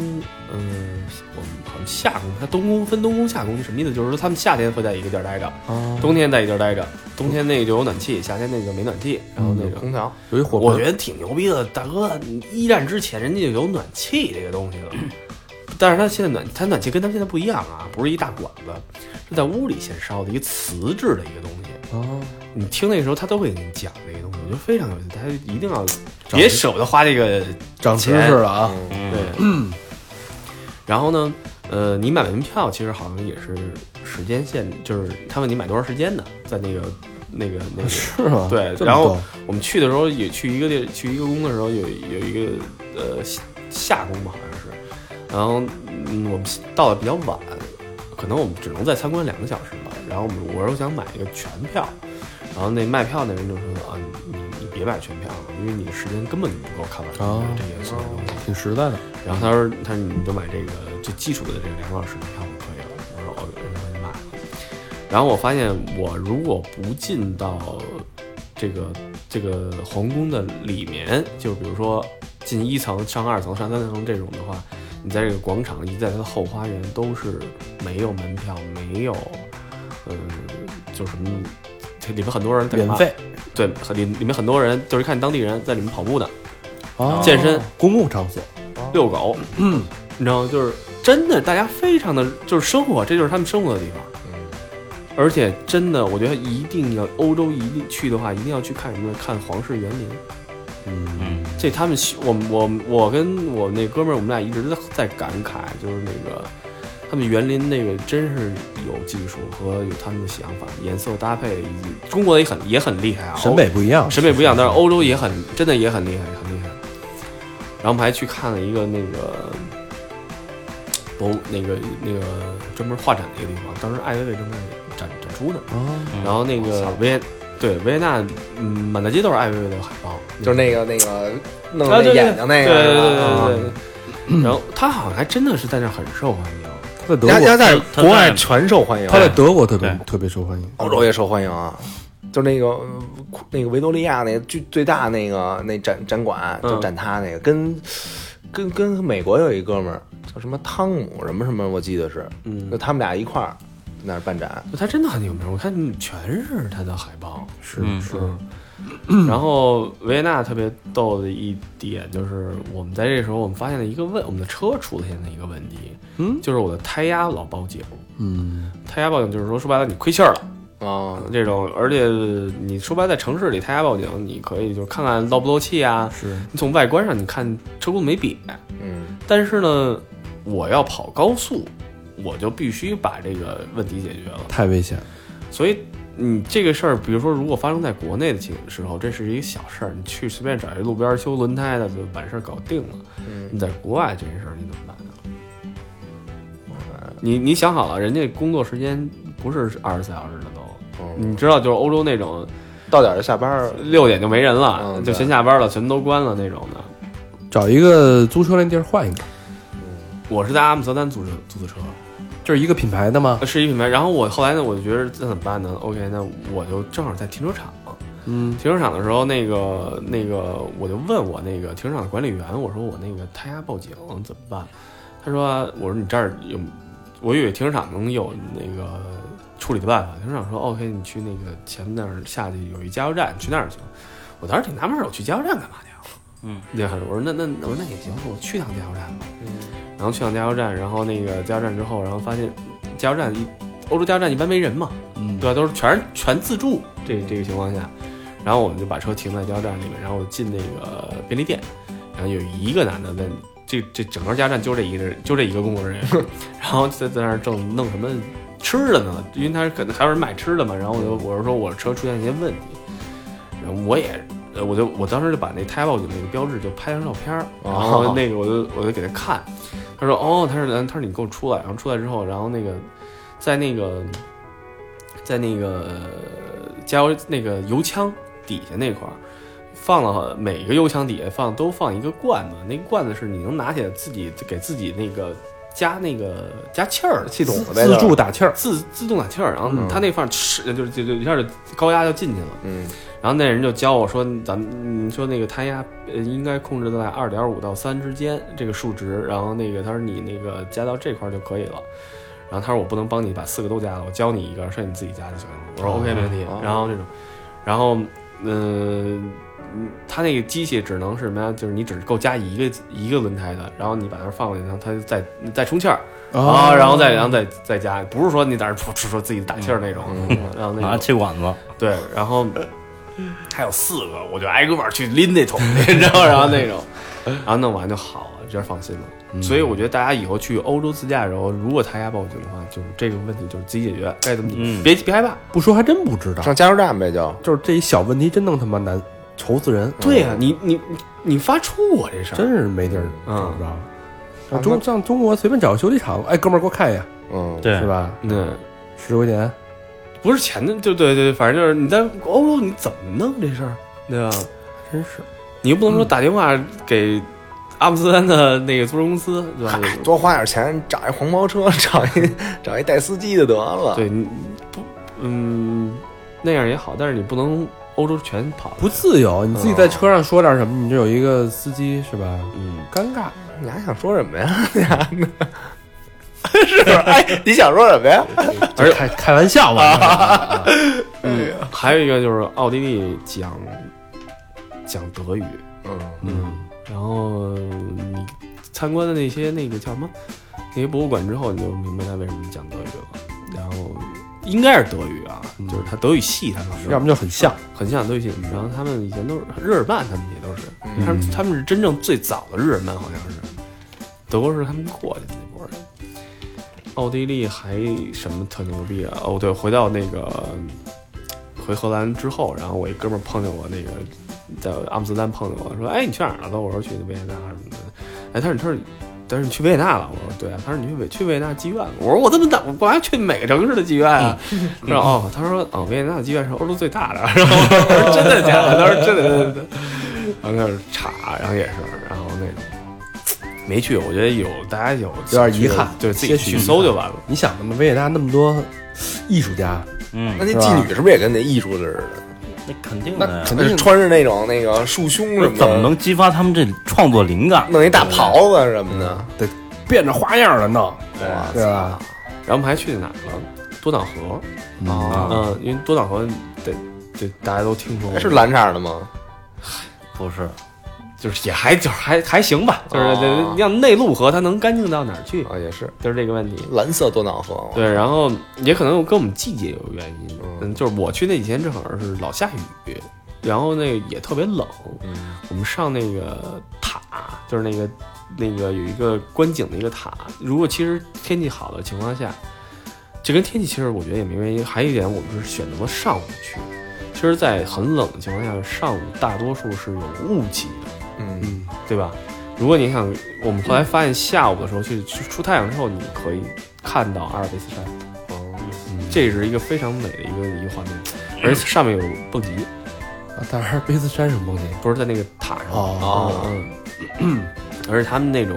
B: 嗯、我们好像夏宫，它东宫分东宫夏宫，什么意思？就是说他们夏天会在一个地儿待着，
C: 哦
B: 冬天在一地儿待着，冬天那个就有暖气，夏天那个没暖气，然后那个。
F: 空调
C: 有一火
B: 嗯我觉，
C: 盆
B: 得挺牛逼的，大哥，你一战之前人家就有暖气这个东西了，嗯但是他现在暖，他暖气跟咱们现在不一样啊，不是一大管子，是在屋里先烧的一个瓷质的一个东西。
C: 哦，
B: 你听那时候他都会给你讲这个东西，我觉得非常有意思，他一定要别舍得花这个
C: 长知识了啊！
B: 对，然后呢，呃，你买门票其实好像也是时间限，就是他问你买多长时间的，在那个那个那个
C: 是吗？
B: 对
C: 这么
B: 然后
C: 逗
B: 我们去的时候也去一个地儿，去一个宫的时候有有一个呃夏夏宫吧，好像是。然后嗯，我们到的比较晚，可能我们只能再参观两个小时吧。然后我们我说想买一个全票，然后那卖票那人就说啊，你你别买全票了，因为你时间根本就不够看完
C: 哦
B: 这些所有东西。
C: 挺实在的，
B: 然后他说：“他说你就买这个最基础的这个两个小时的票就可以了。”我说：“哦，然后就买了。”然后我发现，我如果不进到这个这个皇宫的里面，就比如说进一层、上二层、上三层这种的话，你在这个广场，你在它的后花园都是没有门票，没有，呃，就是什么，这里面很多人在干
C: 免
B: 嘛
C: 费
B: 对，很里里面很多人就是看当地人在里面跑步的、
C: 啊
B: 健身、
C: 公共场所，
B: 遛狗，嗯，你知道吗就是真的，大家非常的就是生活，这就是他们生活的地方。而且真的，我觉得一定要欧洲一定去的话，一定要去看什么？看皇室园林。
E: 嗯，
B: 这他们喜我我我跟我那哥们儿，我们俩一直在感慨，就是那个他们园林那个真是有技术和有他们的想法，颜色搭配，以及中国也很也很厉害啊，
C: 审美不一样，
B: 审美不一样，但是欧洲也很真的也很厉害，很厉害。然后我们还去看了一个那个博物那个那个专门画展的一个地方，当时艾薇薇正在展展出呢。
C: 啊，
E: 嗯
B: 然后那个维也对维也纳，嗯，满大街都是艾薇薇的海报，啊
F: 就是那个那个弄那眼睛
B: 对
F: 那
B: 对
F: 个，
B: 对
F: 啊
B: 对对对。然后他好像还真的是在那儿很受欢迎，
C: 嗯他在德
F: 人
C: 国，
F: 家在国外全受欢迎，啊
C: 他在德国特别
E: 对
C: 特别受欢迎，
F: 欧洲也受欢迎啊。就那个呃那个维多利亚那最最大那个那展展馆，
B: 嗯
F: 就展他那个，跟跟跟美国有一哥们儿叫什么汤姆什么什么，我记得是，
B: 嗯
F: 就他们俩一块儿在那儿办展。
B: 他真的很有名，我看全是他的海报。
C: 是
E: 嗯
C: 是，
B: 嗯，然后维也纳特别逗的一点就是，我们在这时候我们发现了一个问，我们的车出现了一个问题，
C: 嗯
B: 就是我的胎压老报警，
C: 嗯，
B: 胎压报警就是说说白了你亏气儿了
F: 啊，
B: 这种，而且你说白了在城市里胎压报警，你可以就看看漏不漏气啊，
C: 是
B: 你从外观上你看车库没瘪，
F: 嗯，
B: 但是呢，我要跑高速，我就必须把这个问题解决了。
C: 太危险了，
B: 所以你这个事儿，比如说如果发生在国内的情时候，这是一个小事儿，你去随便找一路边修轮胎的就把事儿搞定了。
F: 嗯
B: 你在国外这件事儿你怎么办呢？你你想好了，人家工作时间不是二十四小时的都，
F: 嗯，
B: 你知道就是欧洲那种
F: 到点儿就下班儿，
B: 六点就没人了，
F: 嗯
B: 就
F: 对
B: 全下班了，全都关了那种的。
C: 找一个租车那地儿换一个，
B: 我是在阿姆斯特丹租车租的车，
C: 这是一个品牌的吗？
B: 呃是一品牌。然后我后来呢，我就觉得那怎么办呢？OK，那我就正好在停车场，
C: 嗯，
B: 停车场的时候，那个那个，我就问我那个停车场的管理员，我说我那个胎压报警怎么办？他说，我说你这儿有，我以为停车场能有那个处理的办法。停车场说，OK，你去那个前面那儿下去有一加油站，你去那儿去。我当时挺纳闷儿，我去加油站干嘛去啊？
E: 嗯，
B: 那还是我说那那我说那也行，我去趟加油站吧。然后去趟加油站，然后那个加油站之后，然后发现加油站一欧洲加油站一般没人嘛，
C: 嗯
B: 对吧？都是全全自助这这个情况下，然后我们就把车停在加油站里面，然后进那个便利店，然后有一个男的问，这这整个加油站就这一个人，就这一个工作人员， 然后在在那儿正弄什么吃的呢，因为他可能还有人买吃的嘛，然后我就我就说我车出现一些问题，然后我也。呃我就我当时就把那胎报警那个标志就拍张照片儿，然后那个我就我就给他看，他说哦，他说嗯他说你给我出来，然后出来之后，然后那个在那个在那个呃加油那个油枪底下那块儿放了每个油枪底下放都放一个罐子，那个罐子是你能拿起来自己给自己那个加那个加气儿的
F: 系统的呗
C: 自助，打气儿，
B: 自自动打气儿，然后
F: 嗯
B: 他那放哧就就就一下就高压就进去了。
F: 嗯
B: 然后那人就教我说，咱们你说那个胎压呃应该控制在二点五到三之间这个数值，然后那个他说你那个加到这块儿就可以了。然后他说我不能帮你把四个都加了，我教你一个，剩下你自己加就行了。我说 OK 没问题
F: 哦。
B: 然后这种，然后嗯、他那个机器只能是什么呀？就是你只够加一个一个轮胎的，然后你把它放回去，然后它就再再充气儿啊，然后再然后再再加，不是说你在那儿 噗噗说自己打气儿那种，
F: 嗯
B: 然后那
F: 啊
E: 拿
B: 种
E: 气管子，
B: 对，然后还有四个，我就挨个儿去拎那桶，你知道，然后那种，然后弄完就好了，这样放心了。嗯所以我觉得大家以后去欧洲自驾的时候，如果胎压报警的话，就是这个问题就是自己解决，该怎么解决，
E: 嗯
B: 别别害怕。
C: 不说还真不知道，
F: 上加油站呗就。
C: 就是这一小问题真弄他妈难，愁死人，
B: 对呀、你你你你发怵啊，这事儿
C: 真是没地儿
B: 嗯
C: 找不着。
F: 嗯
C: 上中上中国随便找个修理厂，哎，哥们儿给我看一眼，
F: 嗯，
E: 对
C: 是，吧？
B: 嗯，
C: 十块钱，
B: 不是钱的，就对对对，反正就是你在欧洲你怎么弄这事儿，对吧？
C: 真是
B: 你又不能说打电话给阿姆斯特丹的那个租车公司，对吧？
F: 多花点钱找一黄包车， 找一找一
C: 啊
F: 带司机的得了。
B: 嗯对，你不，嗯，那样也好，但是你不能欧洲全跑了。
C: 不自由，你自己在车上说点什么，你就有一个司机是吧？
B: 嗯，
C: 尴尬，
F: 你还想说什么呀？ 你还是吧哎，你想说什么呀？
C: 而开开玩笑嘛，啊
B: 还有一个就是奥地利讲讲德语，
F: 嗯，
B: 嗯，然后你参观的那些那个叫什么那些博物馆之后，你就明白他为什么讲德语了。然后应该是德语啊，就是他德语系，他们是
C: 嗯要么就很像，
B: 很像德语系。然后他们以前都是日耳曼，他们也都是，他们他们是真正最早的日耳曼，好像是德国是他们过去的那波人。奥地利还什么特牛逼啊？哦，对，回到那个回荷兰之后，然后我一哥们儿碰见我那个在阿姆斯特丹碰见我说：“哎，你去哪儿了？”我说：“去维也纳什么的。”哎，他说：“他说，但是你去维也纳了？”我说：“对啊。”他说：“你去维去维也纳妓院了？”我说：“我怎么哪我干嘛去每个城市的妓院 啊？”他说：“哦，他说哦，维也纳妓院是欧洲最大的。”然后我说：“真的假的？”他说：“真的。真的”真的然后开始查，然后也是，然后那种没去，我觉得有大家有
C: 有点遗憾
B: 对自己
C: 些许
B: 去搜就完了。
C: 你想那么维也纳那么多艺术家，
E: 嗯
F: 那，那妓女是不是也跟那艺术似的？
E: 那肯定
C: 那
E: 的呀
C: 肯。定
F: 穿着那种那个束胸什么的，
E: 怎么能激发他们这创作灵感？
F: 弄一大袍子什么的？
C: 得变着花样的弄，
F: 对吧
C: 对吧？
B: 然后我们还去哪儿了？多瑙河，嗯、
F: 啊，
B: 因为多瑙河得得大家都听说过，
F: 是蓝色的吗？
E: 不是，
B: 就是也还就是还还行吧，啊就是
F: 哦
B: 这你像内陆河，它能干净到哪儿去？
F: 啊，也是
B: 就是这个问题。
F: 蓝色多瑙河。
B: 对，然后也可能跟我们季节有原因
F: 啊嗯，
B: 嗯，就是我去那几天正好是老下雨，然后那个也特别冷，
F: 嗯，
B: 我们上那个塔，就是那个那个有一个观景的一个塔。如果其实天气好的情况下，这跟天气其实我觉得也没原因。还有一点，我们是选择了上午去。其实，在很冷的情况下，上午大多数是有雾气的，
F: 嗯，
B: 对吧？如果你想，我们后来发现下午的时候去去出太阳之后，你可以看到阿尔卑斯山，嗯这是一个非常美的一个一个画面，而且上面有蹦极，
C: 啊但是卑斯山什么东西？
B: 不是在那个塔上
C: 哦
B: 嗯，嗯而且他们那种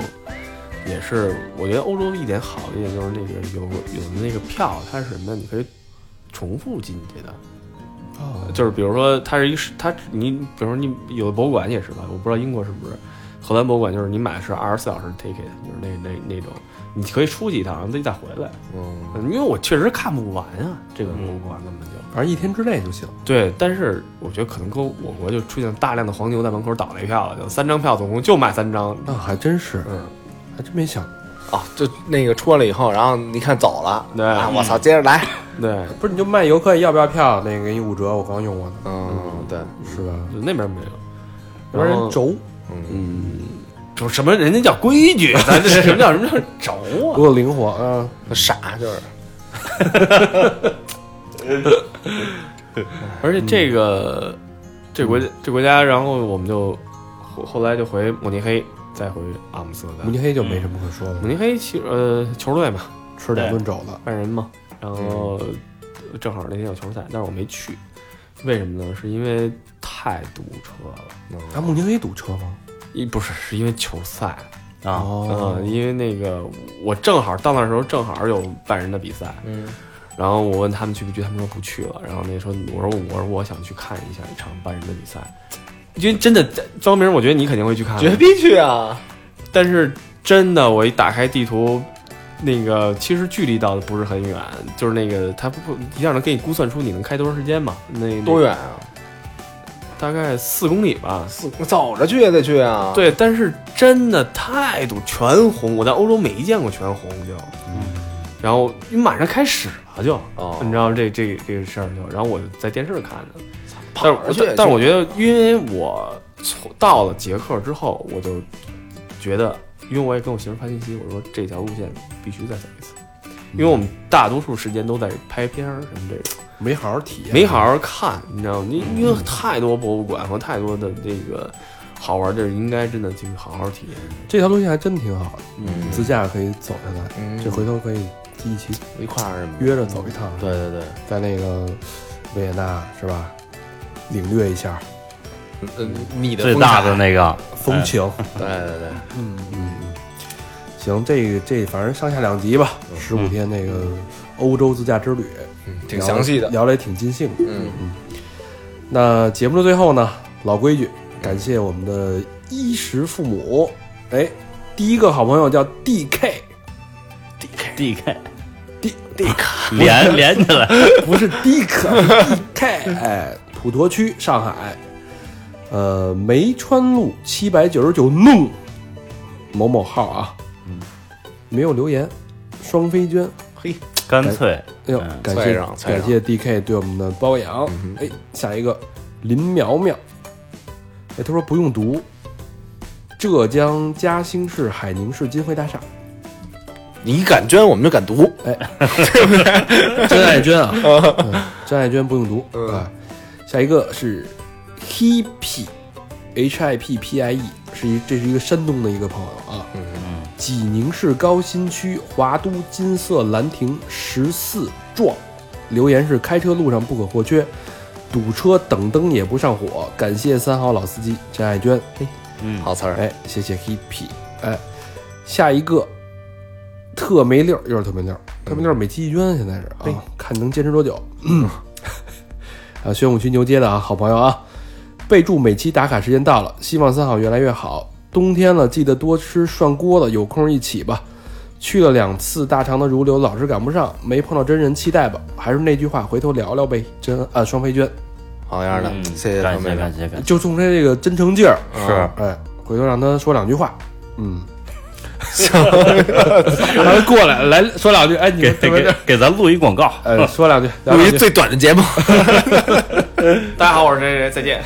B: 也是，我觉得欧洲一点好一点就是那个有有的那个票，它是什么？你可以重复进去的，
C: 哦
B: 就是比如说它是一个是它你，比如说你有的博物馆也是吧，我不知道英国是不是，荷兰博物馆就是你买的是二十四小时 ticket，就是那那那种。你可以出去一趟，然后自己再回来，
F: 嗯，
B: 嗯因为我确实看不完啊，这个博物馆根本就。
C: 反正一天之内就行。
B: 嗯对，但是我觉得可能跟我国就出现大量的黄牛在门口倒那票了，就三张票总共就卖三张，
C: 那还真是，
B: 嗯，
C: 还真没想。
F: 啊，就那个穿了以后，然后你看走了，
B: 对
F: 啊，我操，接着来，
B: 对，
C: 不是，你就卖游客要不要票？那个给你五折，我刚用过呢，
F: 嗯，对，
C: 是吧？
B: 就那边没有。
C: 有
B: 然后
C: 人轴，
B: 嗯，就什么人家叫规矩，咱这什么叫什么叫轴啊？
C: 不够灵活啊！
F: 傻就是，
B: 而且
C: 嗯
B: 这个这国家这国家，然后我们就后后来就回慕尼黑，再回阿姆斯特丹
C: 慕。尼黑就没什么可说的
B: 慕
C: 了，
B: 尼黑其实呃球队嘛，
C: 吃两顿肘子。
B: 拜仁嘛，然后
C: 嗯
B: 呃正好那天有球赛，但是我没去，为什么呢？是因为太堵车了。嗯
C: 啊，慕尼黑堵车吗？
B: 一不是是因为球赛，
E: 啊，
C: 哦
B: 嗯，因为那个我正好到那时候正好有拜仁的比赛，
F: 嗯，
B: 然后我问他们去不去，他们说不去了。然后那时候我说我说我想去看一下一场拜仁的比赛，因为真的张明，我觉得你肯定会去看，
F: 嗯绝逼去啊！
B: 但是真的我一打开地图。那个其实距离到的不是很远，就是那个他不一下能给你估算出你能开多长时间嘛？那
F: 多？远啊？
B: 大概四公里吧，
F: 四，走着去也得去啊。，
B: 对，但是真的态度全红，我在欧洲没见过全红就，
F: 嗯
B: 然后因为马上开始了就，
F: 哦
B: 你知道这这这个事儿就，然后我在电视看的，但是我
F: 跑着去也
B: 但
F: 去。
B: 但是我觉得，因为我从到了捷克之后，我就觉得，因为我也跟我媳妇发信息，我说这条路线必须再走一次，因为我们大多数时间都在拍片儿什么这种。嗯
C: 没好好体验，
B: 没好好看，你知道吗？因因为太多博物馆和太多的这个好玩的，应该真的去好好体验。
C: 这条路线还真挺好的，
F: 嗯
C: 自驾可以走下来。
F: 嗯
C: 这回头可以一起
F: 一块儿什么的
C: 约着走一趟，
F: 对对对，
C: 在那个维也纳是吧？领略一下
F: 嗯，你的
E: 最
F: 风
E: 大
F: 采
E: 的那个，
C: 风情。
F: 对对对，
C: 行，这个这反正上下两集吧，
F: 嗯
C: 十五天那个欧洲自驾之旅，
F: 挺详细的。
C: 聊得也挺尽兴的。
F: 嗯，
C: 那节目的最后呢，老规矩，感谢我们的衣食父母。哎，第一个好朋友叫 D K，
E: D K
C: D-
E: 连连起来，
C: 不是 D K，D K，哎，普陀区上海，呃，梅川路七百九十九弄某某号啊，
F: 嗯
C: 没有留言，双飞娟，
E: 干脆
C: 哎呦，感谢
F: 菜嗯上菜
C: 感
F: 上嗯
C: 谢 D K 对我们的包养。哎，下一个林苗苗，哎，他说不用读，浙江嘉兴市海宁市金汇大厦，
F: 你敢捐，我们就敢读。
C: 真爱娟啊，嗯真爱娟不用读
F: 嗯
C: 啊。下一个是 hippy h i p p i e，是一这是一个山东的一个朋友啊。嗯济宁市高新区华都金色兰亭十四幢，留言是开车路上不可或缺，堵车等灯也不上火。感谢三好老司机真爱娟，哎
F: 嗯好词儿，
C: 哎，谢谢 hippy，哎，下一个特梅六儿又是特梅六儿，特梅六儿每期一捐，现在是啊，看能坚持多久。啊，宣武区牛街的啊，好朋友啊，备注每期打卡时间到了，希望三好越来越好。冬天了，记得多吃涮锅子，有空一起吧。去了两次大肠的如流，老是赶不上，没碰到真人，期待吧。还是那句话，回头聊聊呗。真啊，双飞娟，
F: 好样的
E: 嗯，
F: 谢谢他
E: 感
F: 们
E: 谢感 谢感谢，
C: 就冲他这个真诚劲儿，
E: 是
C: 哎，回头让他说两句话，嗯， 行，让他过来来说两句，哎，你
E: 给
C: 们怎么
E: 给
C: 着？
E: 给咱录一广告，
C: 呃，说两句，聊
F: 录
C: 两
F: 一
C: 句
F: 最短的节目，
B: 大家好，我是谁谁，再见。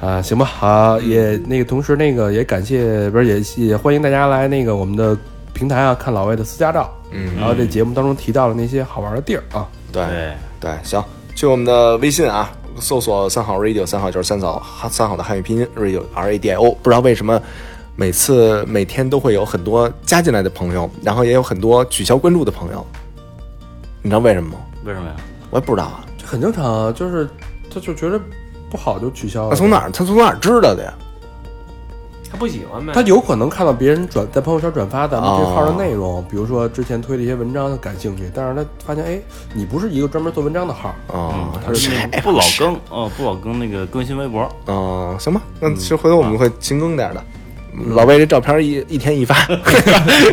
C: 啊，行吧，好，也那个，同时那个也感谢，不是也也欢迎大家来那个我们的平台啊，看老魏的私家照，嗯，然后这节目当中提到了那些好玩的地儿啊，
F: 对
E: 对，
F: 对，行，去我们的微信啊，搜索三好 radio，三好就是三好三好的汉语拼音 radio r a d i o。不知道为什么，每次每天都会有很多加进来的朋友，然后也有很多取消关注的朋友，你知道为什么吗？
E: 为什么呀？
F: 我也不知道啊，
C: 这很正常啊，就是他就觉得不好就取消
F: 他
E: 啊
C: 了，
F: 从哪儿他从哪儿知道的呀？
B: 他不喜欢呗？
C: 他有可能看到别人转在朋友圈转发咱们这
F: 哦
C: 号的内容，比如说之前推的一些文章，他感兴趣，但是他发现，哎，你不是一个专门做文章的号，
F: 哦，
C: 他是
E: 嗯不老更，哦，不老更那个更新微博，
F: 哦，行吧，那其实回头我
C: 嗯
F: 们会勤更点儿的。嗯老魏这照片一一天一 发，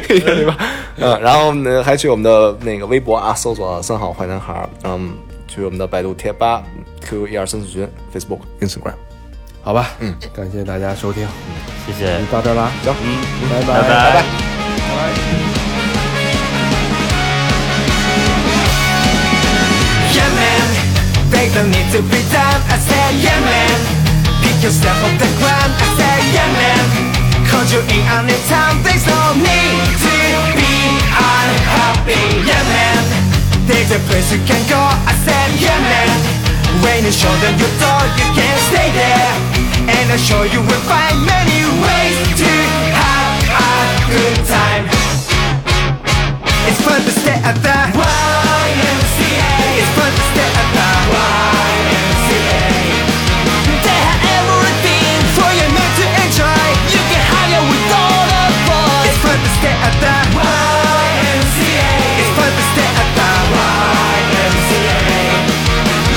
F: 一天一发。嗯，然后呢，还去我们的那个微博啊，搜索“三好坏男孩”，儿”，嗯，去我们的百度贴吧、Q 一二三四群、Facebook、Instagram。
C: 好吧？嗯，感谢大家收听，
E: 谢谢，
C: 就到这儿啦，行，
E: 嗯，
C: 拜
E: 拜拜。
G: Yeah man, take the need to be done. I said yeah man, pick your step off the ground. I said yeah man, cause you in on your time. There's no need to be unhappy. Yeah man, there's a place you can go. I said yeah man, when you show them your door, you can stay there. And I'm sure you will find many ways to have a good time. It's fun to stay at the YMCA. It's fun to stay at the YMCA. They have everything for you need to enjoy. You can hang out with all the boys. It's fun to stay at the YMCA. It's fun to stay at the YMCA.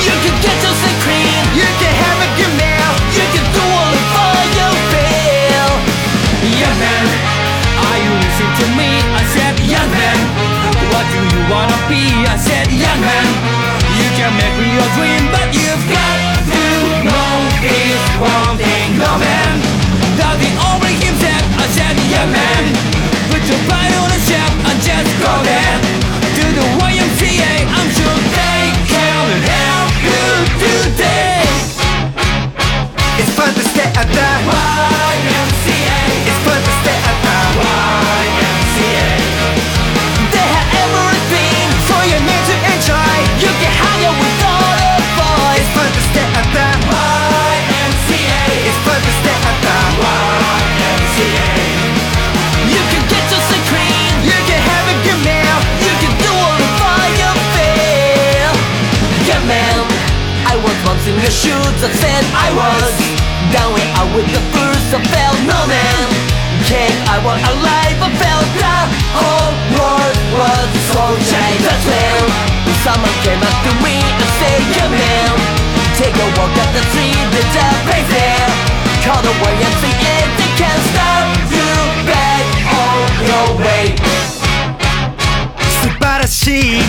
G: You can get yourself cream. You can have a good meal. You can do all the fun you feel. Yeah man, are you listening to me? I said, young man, what do you wanna be? I said, young man, you can make me your dream, but you've got to know it's one thing, no man. That the only himself. I said, young man, put your pride on the shelf and just go there to the YMCA. I'm sure they can help you today. It's fun to stay at the YMCA. It's fun to stay at the YMCA. They have everything for your need to enjoy. You can hang out with all the boys. It's fun to stay at the YMCA. It's fun to stay at the YMCA. You can get yourself clean. You can have a good meal. You can do all the fun you feel. Yeah, man. I was once in your shoes. I said I was down and out with the first. I felt no man. King, I was alive. I felt the whole world was so changed. That's when someone came up to me and said, Yeah, man. Take a walk up the street, it's a crazy Call the YMCA, they can't stop you Back on your way 素晴らしい